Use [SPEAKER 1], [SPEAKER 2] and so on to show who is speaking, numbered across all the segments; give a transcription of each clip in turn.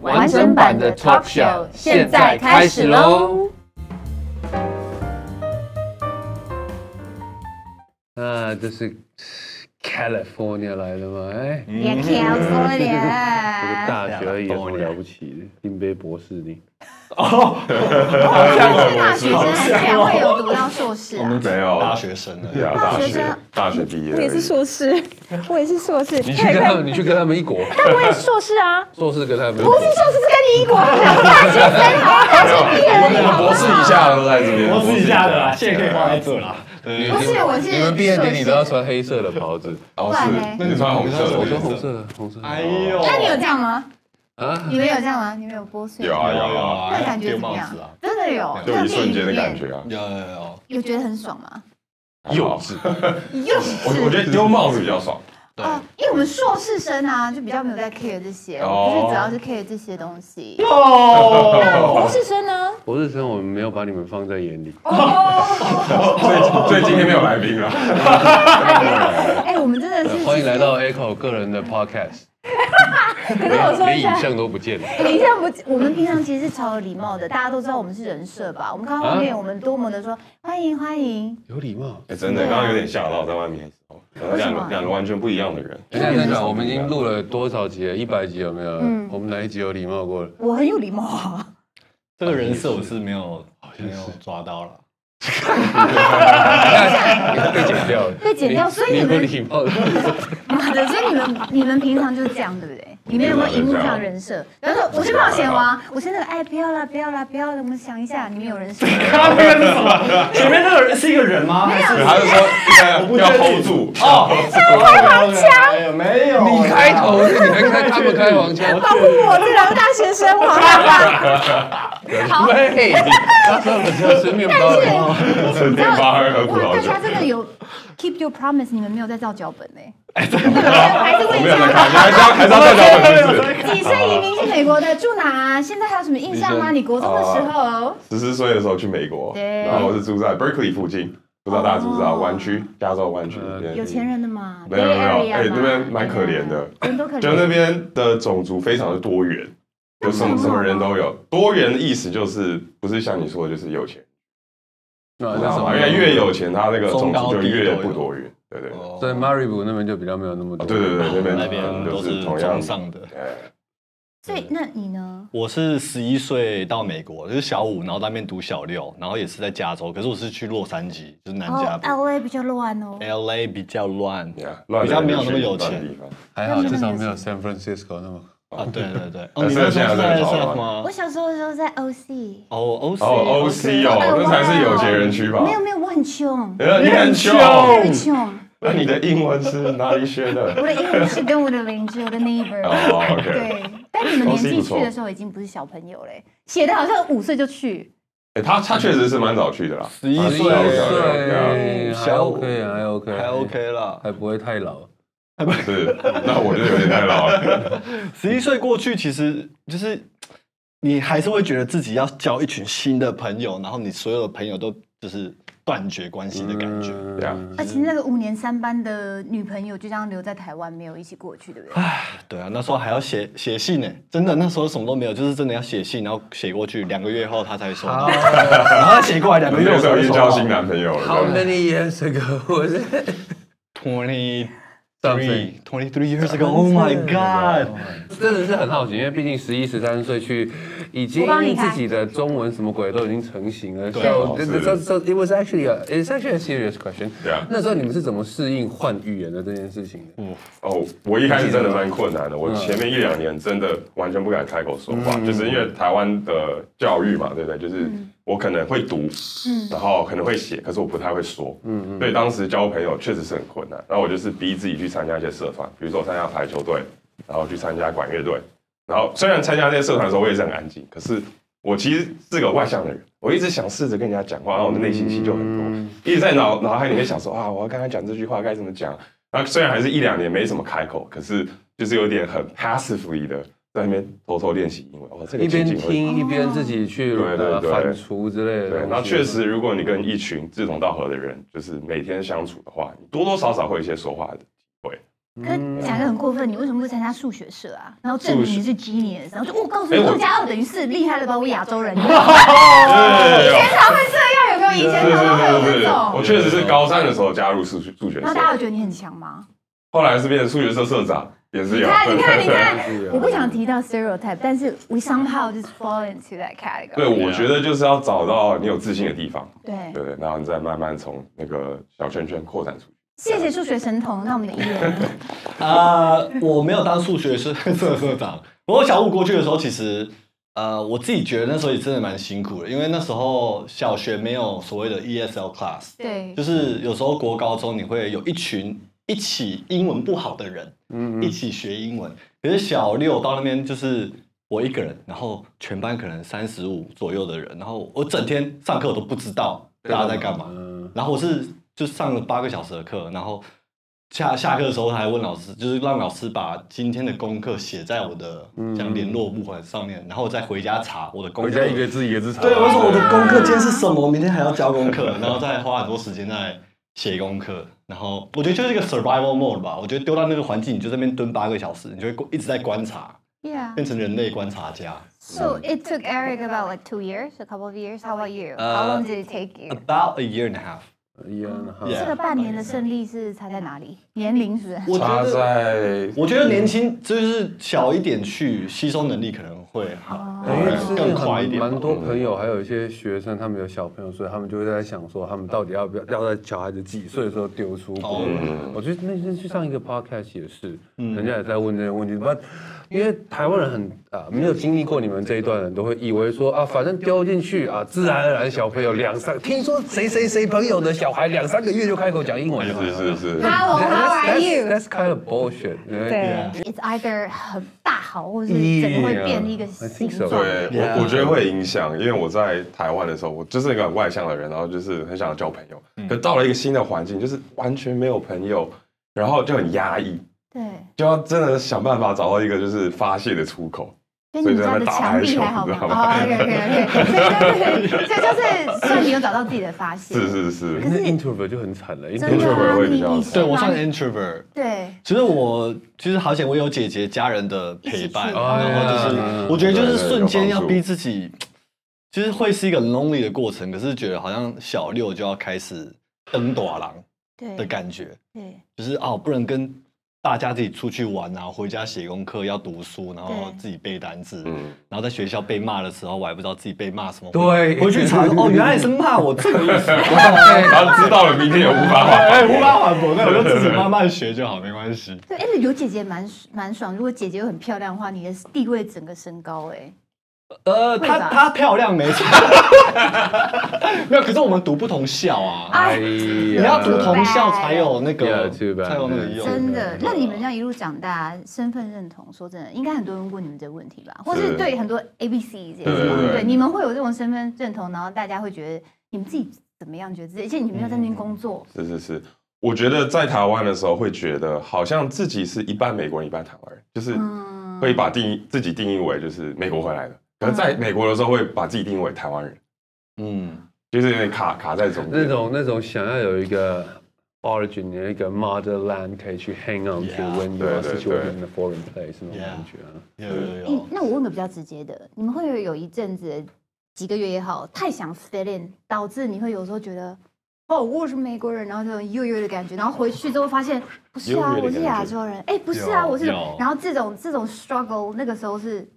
[SPEAKER 1] 完整版的 talk show 现在开始喽！
[SPEAKER 2] 那啊这是 California 来的吗？哎、
[SPEAKER 3] 也 California，
[SPEAKER 2] 大学有什么了不起的？金杯博士你。
[SPEAKER 4] 大学
[SPEAKER 5] 生还
[SPEAKER 4] 是两位哎有读到硕士 啊？
[SPEAKER 5] 没有
[SPEAKER 6] 大学生了，
[SPEAKER 5] 对啊大
[SPEAKER 4] 学
[SPEAKER 5] 学
[SPEAKER 4] 生
[SPEAKER 5] 大学毕业而已，
[SPEAKER 7] 我也是硕士，我也是硕士，
[SPEAKER 2] 你去跟他们，你去跟他们一国，
[SPEAKER 7] 我也是硕士啊，
[SPEAKER 2] 硕士跟他们一国。
[SPEAKER 7] 硕士是跟你一国
[SPEAKER 5] 我们博士以下的都在这边，
[SPEAKER 6] 我试一下的啦，现在可以放在这啦。对，
[SPEAKER 4] 不是，我是
[SPEAKER 2] 你们毕业典礼都要穿黑色的袍 子，
[SPEAKER 5] 哦
[SPEAKER 4] 不然
[SPEAKER 5] 是
[SPEAKER 4] 嘞，
[SPEAKER 5] 那你穿红色的，
[SPEAKER 2] 我穿红色的，红色的。
[SPEAKER 6] 哎呦，
[SPEAKER 4] 那你有这样吗？
[SPEAKER 2] 啊，
[SPEAKER 4] 你们有这样吗？你们有剥碎？
[SPEAKER 5] 有啊有
[SPEAKER 6] 有
[SPEAKER 5] 啊，
[SPEAKER 6] 啊，
[SPEAKER 4] 那感觉
[SPEAKER 6] 丢
[SPEAKER 4] 怎么
[SPEAKER 6] 帽
[SPEAKER 4] 样
[SPEAKER 6] 子啊，
[SPEAKER 4] 真的有，
[SPEAKER 5] 就一瞬间的感觉啊，
[SPEAKER 6] 有有有，
[SPEAKER 4] 有觉得很爽吗？
[SPEAKER 5] 幼稚，我我觉得丢帽子比较爽，
[SPEAKER 6] 对，
[SPEAKER 4] 哦，因为我们硕士生啊，就比较没有在 care 这些，
[SPEAKER 5] 哦
[SPEAKER 4] 我们就是主要是 care 这些东西。
[SPEAKER 7] 博士生呢？
[SPEAKER 2] 博士生我们没有把你们放在眼里。
[SPEAKER 4] 哦
[SPEAKER 5] 所以所以今天没有来宾了，
[SPEAKER 4] 哎，我们真的是
[SPEAKER 2] 欢迎来到 Echo 个人的 Podcast。
[SPEAKER 4] 可是我说
[SPEAKER 2] 连
[SPEAKER 4] 一
[SPEAKER 2] 影
[SPEAKER 4] 下。
[SPEAKER 2] 像都不 见了。
[SPEAKER 4] 你这样不，我们平常其实是超有礼貌的，大家都知道我们是人设吧？我们刚刚后
[SPEAKER 2] 啊
[SPEAKER 4] 面我们多么的说欢迎欢迎，
[SPEAKER 2] 有礼貌。
[SPEAKER 5] 哎真的，刚刚有点吓到，在外面的时候，两个两个完全不一样的人，
[SPEAKER 2] 等一下，等一下，我们已经录了多少集了？一百集有没有？
[SPEAKER 4] 嗯
[SPEAKER 2] 我们哪一集有礼貌过了？
[SPEAKER 4] 我很有礼貌啊。
[SPEAKER 6] 这个人设我是没有没有抓到了，
[SPEAKER 2] 被剪掉了。
[SPEAKER 4] 被剪掉所以你
[SPEAKER 2] 你有
[SPEAKER 4] 们
[SPEAKER 2] 礼貌。
[SPEAKER 4] 妈的，所以你们你们平常就是这样，对不对？你们有没有荧幕上人设？比方说我是冒险王，我是那个哎不要啦不要啦不要啦，我们想一下，你们有人设？
[SPEAKER 6] 他那个是什么？前面那个人是一个人吗？ 还是
[SPEAKER 5] 他是说应该要 hold 住，
[SPEAKER 6] 哦，我开黄腔，没有，
[SPEAKER 2] 你开头的，你还开他们开黄腔？
[SPEAKER 7] 我这两个大学生嘛，
[SPEAKER 2] 对，他说了就是面包人。
[SPEAKER 5] 吃面包还喝葡
[SPEAKER 4] 哇，
[SPEAKER 5] 萄
[SPEAKER 4] 大
[SPEAKER 5] 酒，
[SPEAKER 4] 家真的有 keep your promise，你们没有在照脚本呢、
[SPEAKER 7] 还是
[SPEAKER 5] 哎我
[SPEAKER 7] 问
[SPEAKER 5] 没
[SPEAKER 7] 一
[SPEAKER 5] 有在
[SPEAKER 7] 下，
[SPEAKER 5] 看，你还是要还是要再聊本是不是？
[SPEAKER 4] 几岁移民去美国的？住哪？现在还有什么印象吗？你国中的时候？
[SPEAKER 5] 十四岁的时候去美国，
[SPEAKER 4] 对
[SPEAKER 5] 然后我是住在 Berkeley 附近，不知道大家知不知道湾区，加州湾区
[SPEAKER 6] 呃
[SPEAKER 5] 那边。
[SPEAKER 4] 有钱人的嘛，
[SPEAKER 5] 没有没
[SPEAKER 4] Bay
[SPEAKER 5] 有，
[SPEAKER 4] Area
[SPEAKER 5] 哎，
[SPEAKER 4] 嘛
[SPEAKER 5] 那边蛮可怜的，
[SPEAKER 4] 人都可
[SPEAKER 5] 就那
[SPEAKER 4] 怜。
[SPEAKER 5] 边的种族非常的多元，有什么什么人都有。多元的意思就是不是像你说的，就是有钱，
[SPEAKER 2] 那
[SPEAKER 5] 你知
[SPEAKER 2] 那什
[SPEAKER 5] 道
[SPEAKER 2] 么
[SPEAKER 5] 吗？因为越有钱，他那个种族就越不多元。对对
[SPEAKER 6] 哦
[SPEAKER 2] 在 Maribu 那边就比较没有那么多。
[SPEAKER 5] 对对对，那边
[SPEAKER 6] 那边
[SPEAKER 5] 就
[SPEAKER 6] 都是
[SPEAKER 5] 同
[SPEAKER 6] 中
[SPEAKER 5] 样。
[SPEAKER 6] 上的。
[SPEAKER 5] 哎
[SPEAKER 4] 所以那你呢？
[SPEAKER 6] 我是十一岁到美国，就是小五，然后在那边读小六，然后也是在加州，可是我是去洛杉矶，就是南加
[SPEAKER 4] 哦
[SPEAKER 6] 州。
[SPEAKER 4] ，LA 比较乱哦。
[SPEAKER 5] 哎
[SPEAKER 6] L A 比较乱
[SPEAKER 5] 呀乱
[SPEAKER 6] 比
[SPEAKER 5] 的
[SPEAKER 6] 较
[SPEAKER 5] 人
[SPEAKER 6] 没有那么有
[SPEAKER 5] 乱的
[SPEAKER 6] 钱
[SPEAKER 5] 地方。
[SPEAKER 2] 还好至少没有 San Francisco 那么。
[SPEAKER 6] 啊，对对对。
[SPEAKER 5] 但
[SPEAKER 6] 哦，你
[SPEAKER 5] 是
[SPEAKER 6] 那时
[SPEAKER 5] 现
[SPEAKER 6] 候
[SPEAKER 5] 在
[SPEAKER 6] 是
[SPEAKER 5] 在台
[SPEAKER 6] 在 SF
[SPEAKER 5] 湾
[SPEAKER 6] 吗
[SPEAKER 4] 我？小时候的时候在 OC。
[SPEAKER 6] 哦，O C
[SPEAKER 5] 哦，O C 哦，那才是有钱人区吧？
[SPEAKER 4] 没有没有，我很穷，
[SPEAKER 5] 呃，你很穷，
[SPEAKER 4] 我很穷。
[SPEAKER 5] 那你的英文是哪里学的？
[SPEAKER 4] 我的英文是跟我的邻 居，我的 neighbor。
[SPEAKER 5] 哦，OK，
[SPEAKER 4] 对，但你们年
[SPEAKER 5] OC 不
[SPEAKER 4] 纪
[SPEAKER 5] 错
[SPEAKER 4] 去的时候已经不是小朋友嘞，写的好像五岁就去。
[SPEAKER 5] 哎，他他确实是蛮早去的啦，
[SPEAKER 6] 十一
[SPEAKER 2] 11
[SPEAKER 6] 岁，
[SPEAKER 2] 岁
[SPEAKER 6] 小
[SPEAKER 2] 还 OK，还 OK，
[SPEAKER 6] 还 OK 啦。
[SPEAKER 2] 还不会太老。
[SPEAKER 5] 是，那我就有点太老 了。
[SPEAKER 6] 十一岁过去，其实就是你还是会觉得自己要交一群新的朋友，然后你所有的朋友都就是断绝关系的感觉。
[SPEAKER 2] 嗯
[SPEAKER 5] 对啊
[SPEAKER 4] 而且那个五年三班的女朋友就这样留在台湾，没有一起过去，对不对？
[SPEAKER 6] 对啊，那时候还要写写信呢，真的那时候什么都没有，就是真的要写信，然后写过去，两个月后他才收到，然后他写过来两个
[SPEAKER 5] 你
[SPEAKER 6] 月
[SPEAKER 5] 哎有
[SPEAKER 6] 后
[SPEAKER 5] 时候
[SPEAKER 6] 才
[SPEAKER 5] 已经
[SPEAKER 6] 收
[SPEAKER 5] 交
[SPEAKER 6] 到。
[SPEAKER 5] 新男朋友了，
[SPEAKER 2] How
[SPEAKER 5] 真的
[SPEAKER 2] many years ago was it?
[SPEAKER 6] Twenty
[SPEAKER 2] Something.
[SPEAKER 6] three, twenty three years ago. Oh my god！
[SPEAKER 2] 真的是很好奇，因为毕竟十一、十三岁去，已经
[SPEAKER 4] 我帮你
[SPEAKER 2] 自
[SPEAKER 4] 看
[SPEAKER 2] 己的中文什么鬼都已经成型了。
[SPEAKER 6] 对
[SPEAKER 2] So
[SPEAKER 5] 是
[SPEAKER 2] so so it was actually a it's actually a serious question.
[SPEAKER 5] Yeah
[SPEAKER 2] 那时候你们是怎么适应换语言的这件事情的？
[SPEAKER 5] 哦，我一开始真的蛮困难的，我前面一两年真的完全不敢开口说话，就是因为台湾的教育嘛，对不对？就是我可能会读，然后可能会写，可是我不太会说，嗯，所以当时交朋友确实是很困难。然后我就是逼自己去参加一些社团，比如说我参加排球队，然后去参加管乐队，然后虽然参加这些社团的时候我也是很安静，可是我其实是个外向的人，我一直想试着跟人家讲话，然后我的内心戏就很多，
[SPEAKER 2] 嗯
[SPEAKER 5] 一直在脑脑海里面想说啊，我要跟他讲这句话该怎么讲。然后虽然还是一两年没怎么开口，可是就是有点很 passively 的在那边偷偷练习英文。哦，这个
[SPEAKER 2] 一边
[SPEAKER 5] 情景会
[SPEAKER 2] 听一边自己去
[SPEAKER 5] 对对
[SPEAKER 2] 呃
[SPEAKER 5] 对
[SPEAKER 2] 反刍之类
[SPEAKER 5] 对
[SPEAKER 2] 的，，
[SPEAKER 5] 然后确，实，如果你跟一群志同道合的人，就是每天相处的话，你多多少少会有一些说话的。
[SPEAKER 4] 可是
[SPEAKER 2] 嗯
[SPEAKER 4] 讲一个很过分，你为什么不参加数学社啊？然后证明你是 genius，然后就我告诉你，
[SPEAKER 5] 哎我
[SPEAKER 4] 二加二等于四，厉害了吧？我亚 洲人，
[SPEAKER 5] 对，
[SPEAKER 4] 有没有？以前
[SPEAKER 5] 是
[SPEAKER 4] 常常
[SPEAKER 5] 是是
[SPEAKER 4] 会有这
[SPEAKER 5] 是，我
[SPEAKER 4] 种。
[SPEAKER 5] 确实是高三的时候加入数学数学
[SPEAKER 4] 那大家有
[SPEAKER 5] 社，
[SPEAKER 4] 觉得你很强吗？
[SPEAKER 5] 后来是变成数学社社长，也是有。
[SPEAKER 4] 看，你看，你看，
[SPEAKER 2] 是啊
[SPEAKER 4] 我不想提到 stereotype，但是 we somehow just fall into that category。
[SPEAKER 5] 对，我觉得就是要找到你有自信的地方，
[SPEAKER 4] 对
[SPEAKER 5] 对，对，然后你再慢慢从那个小圈圈扩展出去。
[SPEAKER 4] 谢谢数学神童，那我们的艺人，
[SPEAKER 6] 啊，我没有当数学 社社社长。不过小五过去的时候，其实呃，我自己觉得那时候也真的蛮辛苦的，因为那时候小学没有所谓的 ESL class，
[SPEAKER 4] 对
[SPEAKER 6] 就，是有时候国高中你会有一群一起英文不好的人，
[SPEAKER 2] 嗯
[SPEAKER 6] 一起学英文。可是小六到那边就是我一个人，然后全班可能三十五左右的人，然后我整天上课我都不知道大家在干嘛。
[SPEAKER 2] 嗯，
[SPEAKER 6] 然后我是就上了八个小时的课，然后下下课的时候还问老师，就是让老师把今天的功课写在我的像联络簿上面，然后我再回家查我的功
[SPEAKER 2] 嗯回
[SPEAKER 6] 课。
[SPEAKER 2] 家一个字一个字查。
[SPEAKER 6] 对，我说我的功课今天是什么，明天还要交功课，啊 然后再花很多时间在写功课。然后我觉得就是一个 survival mode 吧，我觉得丢到那个环境，你就在那边蹲八个小时，你就会一直在观察，
[SPEAKER 4] ，Yeah。
[SPEAKER 6] 变成人类观察家。
[SPEAKER 3] So it took Eric about what two years, a couple of years. How about you? How
[SPEAKER 6] Uh,
[SPEAKER 3] long did it take you?
[SPEAKER 6] About a year and a half，
[SPEAKER 2] 一样哈。
[SPEAKER 4] 这个半年的胜利是差在哪里？年龄是不是？
[SPEAKER 6] 我觉
[SPEAKER 5] 他
[SPEAKER 6] 得
[SPEAKER 5] 在
[SPEAKER 6] 我觉得年轻就是小一点去吸收能力可能会好，
[SPEAKER 2] 因为之
[SPEAKER 6] 哎更
[SPEAKER 2] 前
[SPEAKER 6] 快一
[SPEAKER 2] 很
[SPEAKER 6] 点。
[SPEAKER 2] 蛮多朋友，还有一些学生，他们有小朋友，所以他们就会在想说，他们到底要不要要在小孩子几岁的时候丢出国
[SPEAKER 6] 哦？嗯
[SPEAKER 2] 我觉得那天去上一个 podcast 也是，人家也在问这些问题，不然因为台湾人很啊，没有经历过你们这一段人都会以为说啊，反正丢进去啊，自然而然小朋友两三，听说谁谁谁朋友的小孩两三个月就开口讲英文了。
[SPEAKER 5] 是是是，
[SPEAKER 6] 哎
[SPEAKER 2] That's-
[SPEAKER 4] Hello，How are
[SPEAKER 2] that's-
[SPEAKER 4] you？
[SPEAKER 2] That's kind of bullshit.
[SPEAKER 3] 对
[SPEAKER 4] It's either 很大好，或是整个会变一个
[SPEAKER 2] Yeah，I
[SPEAKER 4] 形
[SPEAKER 2] think so
[SPEAKER 4] 状。
[SPEAKER 5] 对
[SPEAKER 6] Yeah
[SPEAKER 5] 我我觉得会影响，因为我在台湾的时候，我就是一个很外向的人，然后就是很想交朋友，
[SPEAKER 2] 嗯
[SPEAKER 5] 可到了一个新的环境，就是完全没有朋友，然后就很压抑，
[SPEAKER 4] 对，
[SPEAKER 5] 就要真的想办法找到一个就是发泄的出口。
[SPEAKER 4] 所以你们家的墙壁还好吗？哦，OK OK OK，所以就是，所以就是算你有找到自己的发现。
[SPEAKER 5] 是是是，
[SPEAKER 2] 那 introvert 就很惨了
[SPEAKER 4] 真的
[SPEAKER 2] ，introvert
[SPEAKER 4] 啊，
[SPEAKER 5] 会
[SPEAKER 4] 你
[SPEAKER 5] 比较
[SPEAKER 4] 你
[SPEAKER 5] 少
[SPEAKER 6] 对
[SPEAKER 4] 是
[SPEAKER 6] 我算
[SPEAKER 4] 吗？
[SPEAKER 6] introvert，
[SPEAKER 4] 对，
[SPEAKER 6] 其实我其实好险，我有姐姐家人的陪伴，
[SPEAKER 4] 一起去
[SPEAKER 6] 然后就是、
[SPEAKER 2] 哎呀
[SPEAKER 6] 我觉得就是
[SPEAKER 5] 啊对对啊
[SPEAKER 6] 瞬
[SPEAKER 5] 有帮
[SPEAKER 6] 间要
[SPEAKER 5] 助
[SPEAKER 6] 逼自己，就是会是一个 lonely 的过程，可是觉得好像小六就要开始登短郎的
[SPEAKER 4] 对，
[SPEAKER 6] 感觉，
[SPEAKER 4] 对，
[SPEAKER 6] 就是哦不能跟大家自己出去玩啊，回家写功课要读书，然后
[SPEAKER 4] 对
[SPEAKER 6] 自己背单词，
[SPEAKER 5] 嗯，
[SPEAKER 6] 然后在学校被骂的时候，我还不知道自己被骂什么，
[SPEAKER 2] 对
[SPEAKER 6] 回去查哦原来是骂我这个意 思。
[SPEAKER 2] 哎
[SPEAKER 5] 然后知道了明天也无 法
[SPEAKER 6] 哎，
[SPEAKER 5] 还
[SPEAKER 6] 无
[SPEAKER 5] 口。
[SPEAKER 6] 法反驳，那我就自己慢慢学就好，没关系。
[SPEAKER 4] 对，哎，有姐姐蛮蛮爽。如果姐姐又很漂亮的话，你的地位整个升高，哎，
[SPEAKER 6] 呃，
[SPEAKER 4] 会
[SPEAKER 6] 她
[SPEAKER 4] 吧
[SPEAKER 6] 她漂亮没错， 没有。可是我们读不同校啊，
[SPEAKER 2] 哎呀，
[SPEAKER 6] 你要读同校才有那
[SPEAKER 2] Yeah,
[SPEAKER 6] 个，
[SPEAKER 2] too bad.
[SPEAKER 6] 才有那个用。
[SPEAKER 4] 真的。那你们这样一路长大，身份认同，说真的，应该很多人问你们这个问题吧？或是
[SPEAKER 5] 是
[SPEAKER 4] 对很多 A、B、C 这些，
[SPEAKER 5] 对对对
[SPEAKER 4] 对，你们会有这种身份认同，然后大家会觉得你们自己怎么样觉得自己，而且你们要在那边工作，
[SPEAKER 5] 是是是，我觉得在台湾的时候会觉得好像自己是一半美国人一半台湾人，就是
[SPEAKER 4] 嗯，
[SPEAKER 5] 会把定义自己定义为就是美国回来的。可是在美国的时候会把自己定义为台湾人，
[SPEAKER 6] 嗯，
[SPEAKER 5] 就是有点卡卡在中
[SPEAKER 2] 那
[SPEAKER 5] 间。
[SPEAKER 2] 种那种想要有一个 origin 有一个 motherland 可以啊去 hang on to
[SPEAKER 6] Yeah.
[SPEAKER 2] when you are
[SPEAKER 5] 对对
[SPEAKER 2] situated in a foreign place 那种
[SPEAKER 6] Yeah.
[SPEAKER 2] 感觉啊。
[SPEAKER 6] 有有
[SPEAKER 4] 诶
[SPEAKER 6] 有。
[SPEAKER 4] 那我问个比较直接的，你们会有有一阵子几个月也好，太想 fit in，导致你会有时候觉得，哦，我是美国人，然后这种优越的感觉，然后回去之后发现不是啊
[SPEAKER 5] 优，越的
[SPEAKER 4] 我是
[SPEAKER 5] 感觉
[SPEAKER 4] 亚洲人，哎，不是啊，
[SPEAKER 6] 有
[SPEAKER 4] 我是
[SPEAKER 6] 有，
[SPEAKER 4] 然后这种这种 struggle 那个时候是，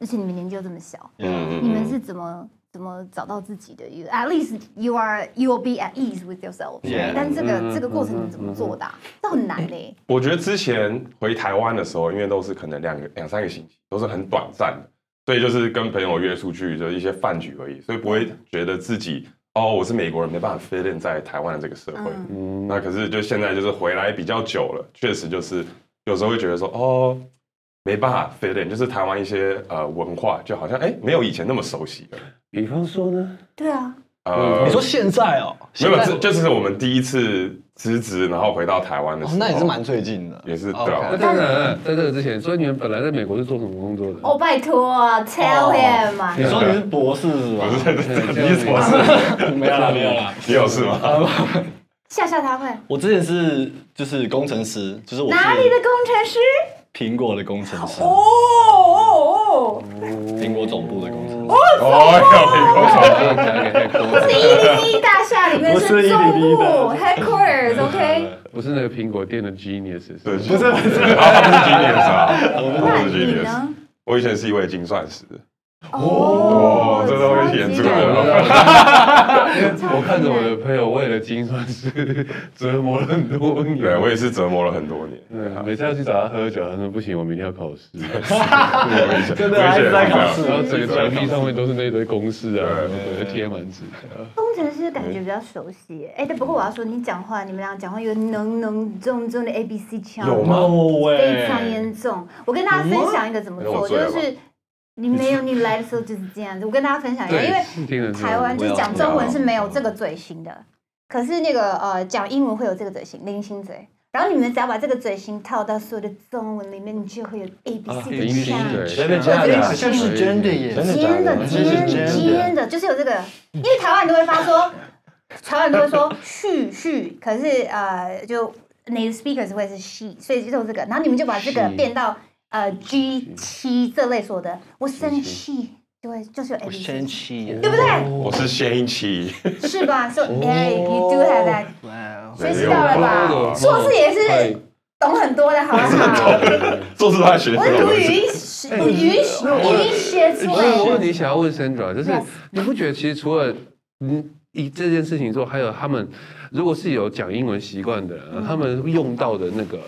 [SPEAKER 4] 而且你们年纪又这么小，
[SPEAKER 5] 嗯
[SPEAKER 4] 你们是怎么？怎么找到自己的？You at least you are you will be at ease with yourself 对不对。
[SPEAKER 6] Yeah
[SPEAKER 4] 但这个、
[SPEAKER 2] 嗯
[SPEAKER 4] 这个过程你们怎么做的啊、这很难嘞、
[SPEAKER 5] 我觉得之前回台湾的时候，因为都是可能两个两三个星期，都是很短暂的，所以就是跟朋友约出去，就是一些饭局而已，所以不会觉得自己哦，我是美国人，没办法 fit in 在台湾的这个社会。
[SPEAKER 2] 嗯，
[SPEAKER 5] 那可是就现在就是回来比较久了，确实就是有时候会觉得说哦，没办法 fit in，就是台湾一些呃文化，就好像哎没有以前那么熟悉了。
[SPEAKER 2] 比方说呢，
[SPEAKER 4] 对啊，
[SPEAKER 5] 呃
[SPEAKER 6] 你说现在哦，
[SPEAKER 5] 没
[SPEAKER 6] 现
[SPEAKER 5] 有，
[SPEAKER 6] 在
[SPEAKER 5] 这就是我们第一次辞职，然后回到台湾的时
[SPEAKER 6] 哦
[SPEAKER 5] 候，
[SPEAKER 6] 那也是蛮最近的，
[SPEAKER 5] 也是对
[SPEAKER 6] OK
[SPEAKER 5] 啊
[SPEAKER 2] 那当然，在这个之前，所以你们本来在美国是做什么工作的？
[SPEAKER 4] 哦，拜托，tell him 啊
[SPEAKER 6] 你，说你是博士是吧？
[SPEAKER 5] 你是什么事？
[SPEAKER 6] 没有啦，没有啦。
[SPEAKER 5] 你有事
[SPEAKER 6] 哦
[SPEAKER 5] 吗？
[SPEAKER 4] 吓吓他会。
[SPEAKER 6] 我之前是就是工程师，就是我是
[SPEAKER 4] 哪里的工程师？
[SPEAKER 6] 苹果的工程师，
[SPEAKER 4] 哦哦哦，
[SPEAKER 6] 苹果总部的工程师。
[SPEAKER 5] 哦，有有有。
[SPEAKER 2] 哦
[SPEAKER 4] 不是一零一大厦里面
[SPEAKER 6] 不是
[SPEAKER 4] 是总
[SPEAKER 6] 101
[SPEAKER 4] 部
[SPEAKER 6] 的
[SPEAKER 4] headquarters，OK？
[SPEAKER 2] 不是那个苹果店的 Genius，
[SPEAKER 5] 对，
[SPEAKER 2] 是
[SPEAKER 5] 不是不是，他不是 genius 啊，他
[SPEAKER 4] 那
[SPEAKER 5] 不是
[SPEAKER 4] 你
[SPEAKER 5] genius。啊
[SPEAKER 4] 呢？
[SPEAKER 5] 我以前是一位精算师，
[SPEAKER 4] 哦
[SPEAKER 5] 哇，这都会演出来
[SPEAKER 4] 超级
[SPEAKER 5] 了。
[SPEAKER 2] 我看着我的朋友为了精算师 折磨了很多年。
[SPEAKER 5] 对我也是折磨了很多年，
[SPEAKER 2] 对，每次要去找他喝酒，他说不行，我明天要考试。
[SPEAKER 6] 真
[SPEAKER 5] 的还是在考
[SPEAKER 4] 嗯
[SPEAKER 5] 试
[SPEAKER 2] 然后整个墙壁上面都是那堆公式啊，什
[SPEAKER 5] 对
[SPEAKER 2] 么的贴满纸条。
[SPEAKER 4] 工程师感觉比较熟悉耶，哎，但不过我要说，你讲话，你们俩讲话有浓浓重重的 A B C 腔，
[SPEAKER 5] 有吗
[SPEAKER 6] No
[SPEAKER 4] 非常
[SPEAKER 6] way！
[SPEAKER 4] 严重。我跟大家分享一个怎么
[SPEAKER 5] 有吗
[SPEAKER 4] 做，
[SPEAKER 5] 那我
[SPEAKER 4] 就
[SPEAKER 5] 醉了
[SPEAKER 4] 是你没有你来的时候就是这样子。我跟大家分享一下，因为
[SPEAKER 2] 是听得出来
[SPEAKER 4] 台湾就是讲
[SPEAKER 6] 我有
[SPEAKER 4] 中文是没有这个嘴型的，可是那个呃讲英文会有这个嘴型，零星嘴。然后你们只要把这个嘴型套到所有的中文里面，你就会有 A B
[SPEAKER 6] 啊
[SPEAKER 4] C
[SPEAKER 2] 零
[SPEAKER 4] 的
[SPEAKER 2] 星
[SPEAKER 4] 腔。
[SPEAKER 2] 对，
[SPEAKER 6] 真的假的？好像是真的耶！
[SPEAKER 4] 尖的尖的尖的，就是有这个，因为台湾人都会发说， 台湾人都会说续续，可是呃就 native speakers 会是 she，所以就用这个，然后你们就把这个
[SPEAKER 2] she
[SPEAKER 4] 变到呃 G 七这类说的，我生气就会就是有 A
[SPEAKER 6] 我
[SPEAKER 4] B
[SPEAKER 6] 生
[SPEAKER 4] C，
[SPEAKER 6] 气耶！
[SPEAKER 4] 对不对？
[SPEAKER 5] 我是仙妻，
[SPEAKER 4] 是吧？So Eric, you do have that，学习到了吧？硕士也是懂很多的，好不好？
[SPEAKER 5] 做事太学
[SPEAKER 4] 我是读语音学，
[SPEAKER 2] 哎
[SPEAKER 4] 语音学语音学出
[SPEAKER 2] 所以我
[SPEAKER 4] 来
[SPEAKER 2] 问
[SPEAKER 4] 的。
[SPEAKER 2] 题想要问 Sandra，就是
[SPEAKER 4] Yes
[SPEAKER 2] 你不觉得其实除了嗯以这件事情之后，还有他们如果是有讲英文习惯的人，啊
[SPEAKER 4] 嗯
[SPEAKER 2] 他们用到的那个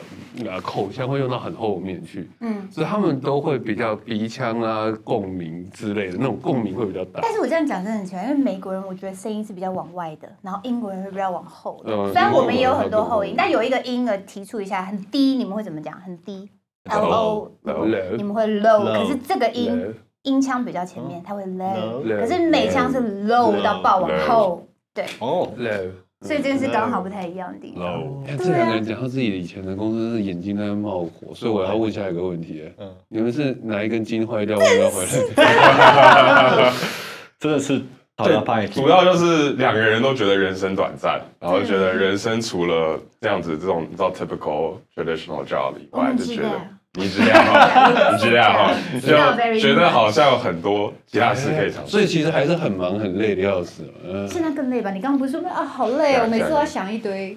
[SPEAKER 2] 呃口腔会用到很后面去，
[SPEAKER 4] 嗯，
[SPEAKER 2] 所以他们都会比较鼻腔啊共鸣之类的那种共鸣会比较大。
[SPEAKER 4] 但是我这样讲真的很奇怪，因为美国人我觉得声音是比较往外的，然后英国人会比较往后的。
[SPEAKER 2] 嗯
[SPEAKER 4] 虽然我们也有很多后音
[SPEAKER 2] 英，国人
[SPEAKER 4] 但有一个音呃提出一下很低，你们会怎么讲？很低，l o，你们会 low，
[SPEAKER 6] low
[SPEAKER 4] 可是这个音音腔比较前面，它会 low，
[SPEAKER 6] No
[SPEAKER 4] 可是美腔是 low 到爆往后，
[SPEAKER 6] 哦，
[SPEAKER 2] low。
[SPEAKER 4] 所以这个是刚好不太一样的地方。
[SPEAKER 5] low，
[SPEAKER 2] 哎这
[SPEAKER 4] 啊
[SPEAKER 2] 两个人讲到自己以前的公司是眼睛在冒火，所以我要问下一个问题：
[SPEAKER 6] 嗯
[SPEAKER 2] 你们是哪一根筋坏掉，弯到回来？
[SPEAKER 6] 真的是讨厌派
[SPEAKER 5] 对，主要就是两个人都觉得人生短暂，然后觉得人生除了这样子这种你知道 typical traditional job 以外，就觉得
[SPEAKER 4] 啊
[SPEAKER 5] 你这样哈，你这样哈，就觉得好像有很多其他事可以尝试。
[SPEAKER 2] 所以其实还是很忙很累的要死。嗯，
[SPEAKER 4] 现在更累吧？你刚刚不是说啊好累哦，每次都要想一堆。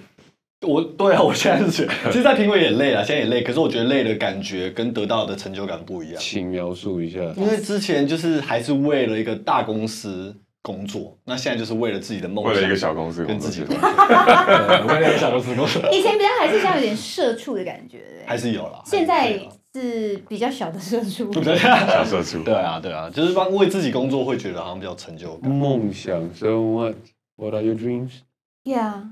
[SPEAKER 6] 我对啊，我现在是觉得，其实，在评委也累啊了，现在也累，可是我觉得累的感觉跟得到的成就感不一样。
[SPEAKER 2] 请描述 一下。
[SPEAKER 6] 因为之前就是还是为了一个大公司工作，那现在就是为了自己的梦想，
[SPEAKER 5] 为了一个小公司工
[SPEAKER 6] 跟
[SPEAKER 5] 作
[SPEAKER 6] 自己
[SPEAKER 5] 其
[SPEAKER 6] 的
[SPEAKER 5] 实
[SPEAKER 6] 梦想， 对
[SPEAKER 2] 呃
[SPEAKER 6] 为了一个小公司工作，
[SPEAKER 4] 以前比较还是像有点社畜的感觉，
[SPEAKER 6] 还是有啦。
[SPEAKER 4] 现
[SPEAKER 6] 还是
[SPEAKER 4] 在
[SPEAKER 6] 有啦
[SPEAKER 4] 是比较小的社畜。
[SPEAKER 6] 对啊
[SPEAKER 5] 小社畜。
[SPEAKER 6] 对啊，对啊，就是帮为自己工作会觉得好像比较有成就感。
[SPEAKER 2] 梦想，So what? What are your dreams?
[SPEAKER 4] Yeah。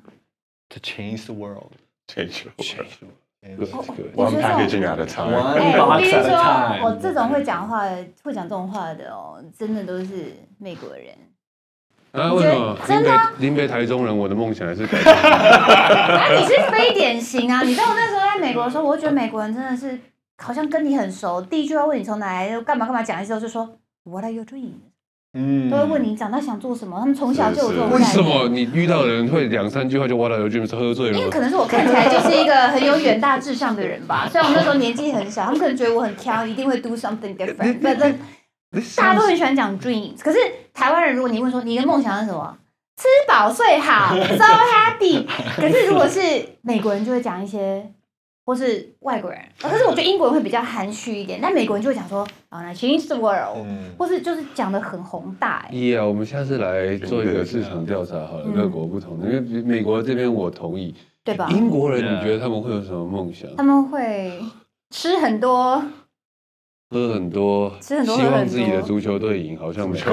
[SPEAKER 6] To change the world,
[SPEAKER 5] Change your world.
[SPEAKER 2] Good, good.
[SPEAKER 5] 我们 packaging at a time。
[SPEAKER 6] one
[SPEAKER 4] 哎、我必
[SPEAKER 6] box
[SPEAKER 4] 须
[SPEAKER 6] at a
[SPEAKER 4] 说，
[SPEAKER 6] time。
[SPEAKER 4] 哦，这种会讲话、会讲这种话的哦，真的都是美国人。
[SPEAKER 2] 啊，为什么？
[SPEAKER 4] 真的啊
[SPEAKER 2] 林北林北台中人，我的梦想还是改变。
[SPEAKER 4] 啊，你是非典型啊！你知道我那时候在美国的时候，我就觉得美国人真的是好像跟你很熟，第一句话问你从哪来，干嘛干嘛讲一之后就说 What are you doing？
[SPEAKER 6] 嗯
[SPEAKER 4] 哦都会问你长大想做什么。他们从小就有这种
[SPEAKER 2] 为
[SPEAKER 4] 概
[SPEAKER 2] 什
[SPEAKER 4] 念。
[SPEAKER 2] 么你遇到的人会两三句话就 What are your dreams？喝醉了
[SPEAKER 4] 因为
[SPEAKER 2] 吗？
[SPEAKER 4] 可能是我看起来就是一个很有远大志向的人 吧，虽然我那时候年纪很小，他们可能觉得我很挑，一定会 do something different，反正大家都很喜欢讲 dreams。可是台湾人，如果你问说你的梦想是什么，吃饱睡好 ，so happy。可是如果是美国人，就会讲一些，或是外国人，呃可是我觉得英国人会比较含蓄一点，但美国人就会讲说啊、那 change the world，
[SPEAKER 6] 嗯，
[SPEAKER 4] 或是就是讲的很宏大、欸。
[SPEAKER 2] Yeah，我们下次来做一个市场调查好了，
[SPEAKER 4] 嗯
[SPEAKER 2] 各国不同的，因为美国这边我同意，
[SPEAKER 4] 对吧？
[SPEAKER 2] 英国人
[SPEAKER 6] Yeah
[SPEAKER 2] 你觉得他们会有什么梦想？
[SPEAKER 4] 他们会吃很多。
[SPEAKER 2] 喝很多，
[SPEAKER 4] 吃很多
[SPEAKER 2] 希
[SPEAKER 4] 喝
[SPEAKER 2] 望
[SPEAKER 4] 很
[SPEAKER 2] 自己的
[SPEAKER 4] 多
[SPEAKER 2] 足球队赢，好像没有。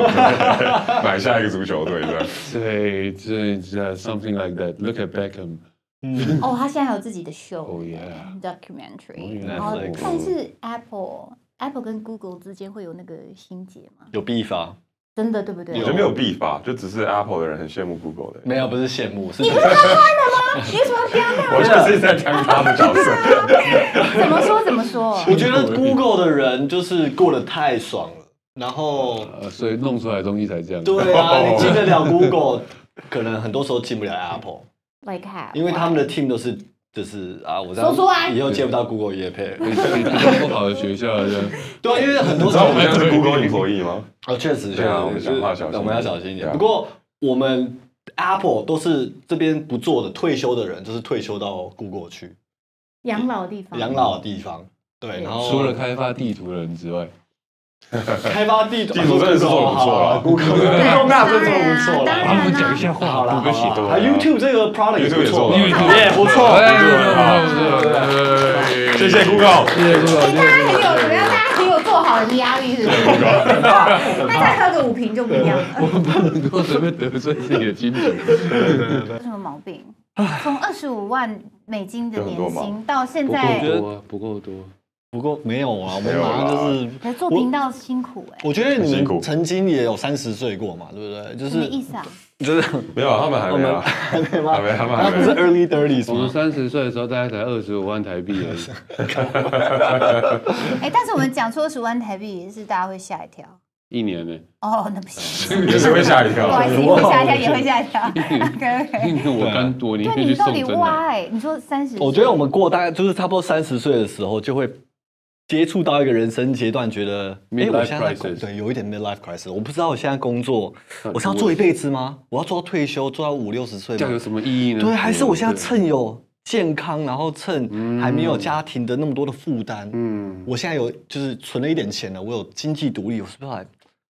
[SPEAKER 5] 买下一个足球队，对吧？
[SPEAKER 2] 对，这这 something like that。Look at Beckham。
[SPEAKER 6] 嗯，
[SPEAKER 4] 哦，他现在还有自己的 show
[SPEAKER 2] Oh yeah
[SPEAKER 4] documentary，
[SPEAKER 2] Oh,
[SPEAKER 4] 然后
[SPEAKER 6] Netflix
[SPEAKER 4] 但是 Apple Apple 跟 Google 之间会有那个心结吗？
[SPEAKER 6] 有必发？
[SPEAKER 4] 真的对不对？
[SPEAKER 5] 我
[SPEAKER 4] 你
[SPEAKER 5] 觉
[SPEAKER 4] 不
[SPEAKER 5] 得没有必法，就只是 Apple 的人很羡慕 Google 的。
[SPEAKER 6] 没有，不是羡慕，是
[SPEAKER 4] 是刚刚了吗？你为什么不要看？
[SPEAKER 5] 我就是在讲他的角 色。
[SPEAKER 4] 怎么说怎么说？
[SPEAKER 6] 我觉得 Google 的人就是过得太爽了，然后
[SPEAKER 2] 呃，所以弄出来的东西才这样。
[SPEAKER 6] 对 啊，你进得了 Google，可能很多时候进不了 Apple，
[SPEAKER 4] Like how？
[SPEAKER 6] 因为他们的 team 都是就是啊，我这
[SPEAKER 4] 说出来
[SPEAKER 6] 样以后接不到 Google 也配，
[SPEAKER 2] 你去比较不好的学校，这样
[SPEAKER 6] 对啊，因为很多
[SPEAKER 5] 你
[SPEAKER 6] 时
[SPEAKER 5] 知道
[SPEAKER 6] 候
[SPEAKER 5] 我们现在是 Google employee 吗？
[SPEAKER 6] 哦，确实，确
[SPEAKER 5] 对啊
[SPEAKER 6] 实
[SPEAKER 5] 我们
[SPEAKER 6] 就
[SPEAKER 5] 讲
[SPEAKER 6] 是
[SPEAKER 5] 话小心
[SPEAKER 6] 我们要小心一
[SPEAKER 5] 对
[SPEAKER 6] 点。
[SPEAKER 5] 啊
[SPEAKER 6] 不过我们 Apple 都是这边不做的，退休的人就是退休到 Google 去
[SPEAKER 4] 养老地方，
[SPEAKER 6] 养老的地方。对，
[SPEAKER 4] 嗯
[SPEAKER 6] 然后
[SPEAKER 2] 除了开发地图的人之外，
[SPEAKER 6] 开发地啊
[SPEAKER 5] 地图真的是做得不错啊 啦
[SPEAKER 6] Google Google Map 真的做得不错
[SPEAKER 4] 当然啊当然
[SPEAKER 6] 啦。
[SPEAKER 4] 啊
[SPEAKER 6] 好啦，
[SPEAKER 2] 谷歌写
[SPEAKER 6] 好
[SPEAKER 2] 的
[SPEAKER 6] 啦啊 YouTube 这个 product 也
[SPEAKER 5] YouTube
[SPEAKER 6] 不
[SPEAKER 5] 也
[SPEAKER 6] 错
[SPEAKER 5] 做
[SPEAKER 6] 吧，
[SPEAKER 5] 了
[SPEAKER 6] 也不错。
[SPEAKER 2] 哎
[SPEAKER 4] 对
[SPEAKER 2] 不错对
[SPEAKER 5] 哦谢谢 Google。
[SPEAKER 2] 谢谢顾老
[SPEAKER 4] 大家很有哎怎么样？大家很有做好人压力是不是？ 那再喝个五瓶就不一样了。
[SPEAKER 2] 我们不能够随便得罪自己的金主。
[SPEAKER 4] 有什么毛病？从二十五万美金的
[SPEAKER 5] 有
[SPEAKER 4] 年
[SPEAKER 5] 很多
[SPEAKER 4] 薪到现
[SPEAKER 2] 不
[SPEAKER 4] 在，
[SPEAKER 2] 够多啊，不够多。
[SPEAKER 6] 不过没有啊，我
[SPEAKER 5] 没
[SPEAKER 6] 们
[SPEAKER 5] 有啦
[SPEAKER 6] 马上就是。
[SPEAKER 4] 可是做频道辛苦哎，
[SPEAKER 6] 我觉得你
[SPEAKER 5] 很辛苦
[SPEAKER 6] 们曾经也有三十岁过嘛，对不对？就
[SPEAKER 4] 什么意
[SPEAKER 6] 是
[SPEAKER 4] 思啊？
[SPEAKER 6] 就是
[SPEAKER 5] 没有，他们还没啊，
[SPEAKER 6] 还没吗
[SPEAKER 5] 还？没，他们
[SPEAKER 6] 他
[SPEAKER 5] 还
[SPEAKER 6] 不是
[SPEAKER 5] 没。
[SPEAKER 6] early thirties
[SPEAKER 2] 我们
[SPEAKER 6] 吗？
[SPEAKER 2] 三十岁的时候，大概才二十五万台币 而已。
[SPEAKER 4] 哎，但是我们讲说十万台币也是大家会吓一跳
[SPEAKER 2] 一年呢，
[SPEAKER 4] 哦，那不行，
[SPEAKER 5] 也是会吓一
[SPEAKER 4] 不好
[SPEAKER 5] 跳
[SPEAKER 4] 意。思，会吓一跳也会吓一跳。OK OK，
[SPEAKER 2] 一年我刚多，你
[SPEAKER 4] 对，
[SPEAKER 2] 可
[SPEAKER 4] 你
[SPEAKER 2] 以去
[SPEAKER 4] 们到
[SPEAKER 2] 送啊
[SPEAKER 4] 底
[SPEAKER 2] 真的。
[SPEAKER 4] why？你说三十，
[SPEAKER 6] 我觉得我们过大概就是差不多三十岁的时候，就会接触到一个人生阶段，觉得诶
[SPEAKER 2] Midlife
[SPEAKER 6] 我现在在
[SPEAKER 2] crisis
[SPEAKER 6] 对有一点 midlife crisis，我不知道我现在工作
[SPEAKER 2] 很
[SPEAKER 6] 我是要
[SPEAKER 2] 多
[SPEAKER 6] 做一辈子吗？我要做到退休，做到五六十岁
[SPEAKER 2] 这样有
[SPEAKER 6] 吗？
[SPEAKER 2] 什么意义呢？
[SPEAKER 6] 对，还是我现在
[SPEAKER 2] 对
[SPEAKER 6] 趁有健康，然后趁还没有家庭的那么多的负担，
[SPEAKER 2] 嗯，
[SPEAKER 6] 我现在有就是存了一点钱了，我有经济独立，我是不是来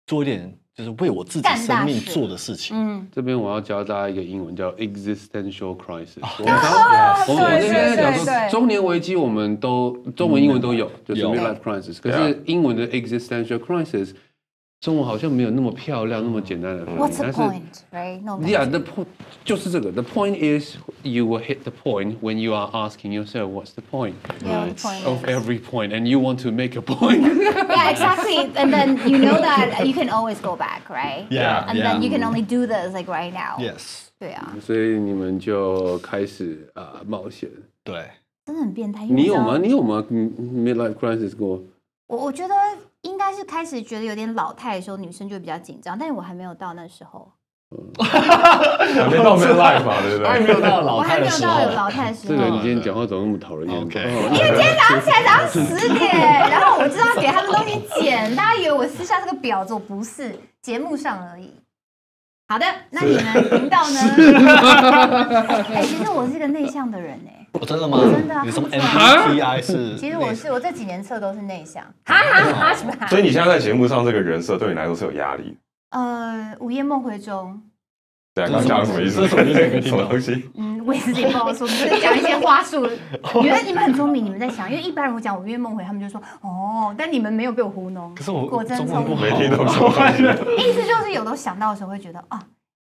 [SPEAKER 6] 做一点就是为我自己
[SPEAKER 4] 干大
[SPEAKER 6] 生命
[SPEAKER 4] 事
[SPEAKER 6] 做的事情？
[SPEAKER 4] 嗯，
[SPEAKER 2] 这边我要教大家一个英文叫 existential crisis。我们
[SPEAKER 6] 啊
[SPEAKER 2] 我们我们这边在讲
[SPEAKER 7] 对对
[SPEAKER 2] 说
[SPEAKER 7] 对
[SPEAKER 2] 中年危机，我们都中文、英文都有，就是
[SPEAKER 6] 有
[SPEAKER 2] midlife crisis。可
[SPEAKER 5] 对啊
[SPEAKER 2] 是英文的 existential crisis，中文好像没有那么漂亮、那么简单的翻译
[SPEAKER 4] What's。the
[SPEAKER 2] 但是
[SPEAKER 4] point？Right？No
[SPEAKER 2] Yeah, the point 就是这个。The point is you will hit the point when you are asking yourself what's the point
[SPEAKER 4] Yeah, the point
[SPEAKER 2] of
[SPEAKER 4] is-
[SPEAKER 2] every point, and you want to make a point.
[SPEAKER 4] Yeah, exactly. And then you know that you can always go back, right?
[SPEAKER 6] Yeah,
[SPEAKER 4] And
[SPEAKER 6] yeah.
[SPEAKER 4] then you can only do this like right now.
[SPEAKER 6] Yes，
[SPEAKER 4] 对啊，
[SPEAKER 2] 所以你们就开始啊、冒险。
[SPEAKER 6] 对。
[SPEAKER 4] 真的很变态。因为
[SPEAKER 2] 你有
[SPEAKER 4] 知道
[SPEAKER 2] 吗？？你有吗嗯？midlife crisis 过？
[SPEAKER 4] 我我觉得应该是开始觉得有点老态的时候，女生就比较紧张，但是我还没有到那时候，
[SPEAKER 5] 还没到 mid life 嘛，对不
[SPEAKER 6] 还
[SPEAKER 5] 对？
[SPEAKER 6] 没有到
[SPEAKER 4] 我
[SPEAKER 6] 老
[SPEAKER 4] 还没
[SPEAKER 6] 太的
[SPEAKER 4] 有
[SPEAKER 6] 时
[SPEAKER 4] 到有
[SPEAKER 6] 候，
[SPEAKER 4] 老态的时
[SPEAKER 2] 这个人
[SPEAKER 4] 候
[SPEAKER 2] 今。天讲话怎么那么讨人厌
[SPEAKER 6] OK
[SPEAKER 2] 哦
[SPEAKER 4] 今天早上起来早上十点，然后我知道给他们东西剪，大家以为我私下是个婊子，我不是，节目上而已。好的，那你们频道呢？ 哎、其实我是一个内向的人哎、
[SPEAKER 6] 我真的吗？
[SPEAKER 4] 真的啊
[SPEAKER 6] 你什么
[SPEAKER 4] 看不出来
[SPEAKER 6] MBTI 是？
[SPEAKER 4] 其实我是我这几年测都是内向， 哈哈哈什么哈？
[SPEAKER 5] 所以你现在在节目上这个人设对你来说是有压力的。
[SPEAKER 4] 呃，午夜梦回中，
[SPEAKER 5] 对啊，刚讲什么意思？
[SPEAKER 6] 这是什么意思
[SPEAKER 5] 什么东西？
[SPEAKER 4] 嗯，我也是自己不好说，我们就是讲一些花 术。你觉得你们很聪明，你们在想，因为一般人我讲午夜梦回，他们就说哦，但你们没有被我糊弄，
[SPEAKER 6] 可是我
[SPEAKER 4] 果真
[SPEAKER 6] 中
[SPEAKER 4] 聪
[SPEAKER 6] 文不
[SPEAKER 4] 明
[SPEAKER 6] 好。
[SPEAKER 5] 没听懂什么东西？
[SPEAKER 4] 意思就是有时候想到的时候会觉得啊，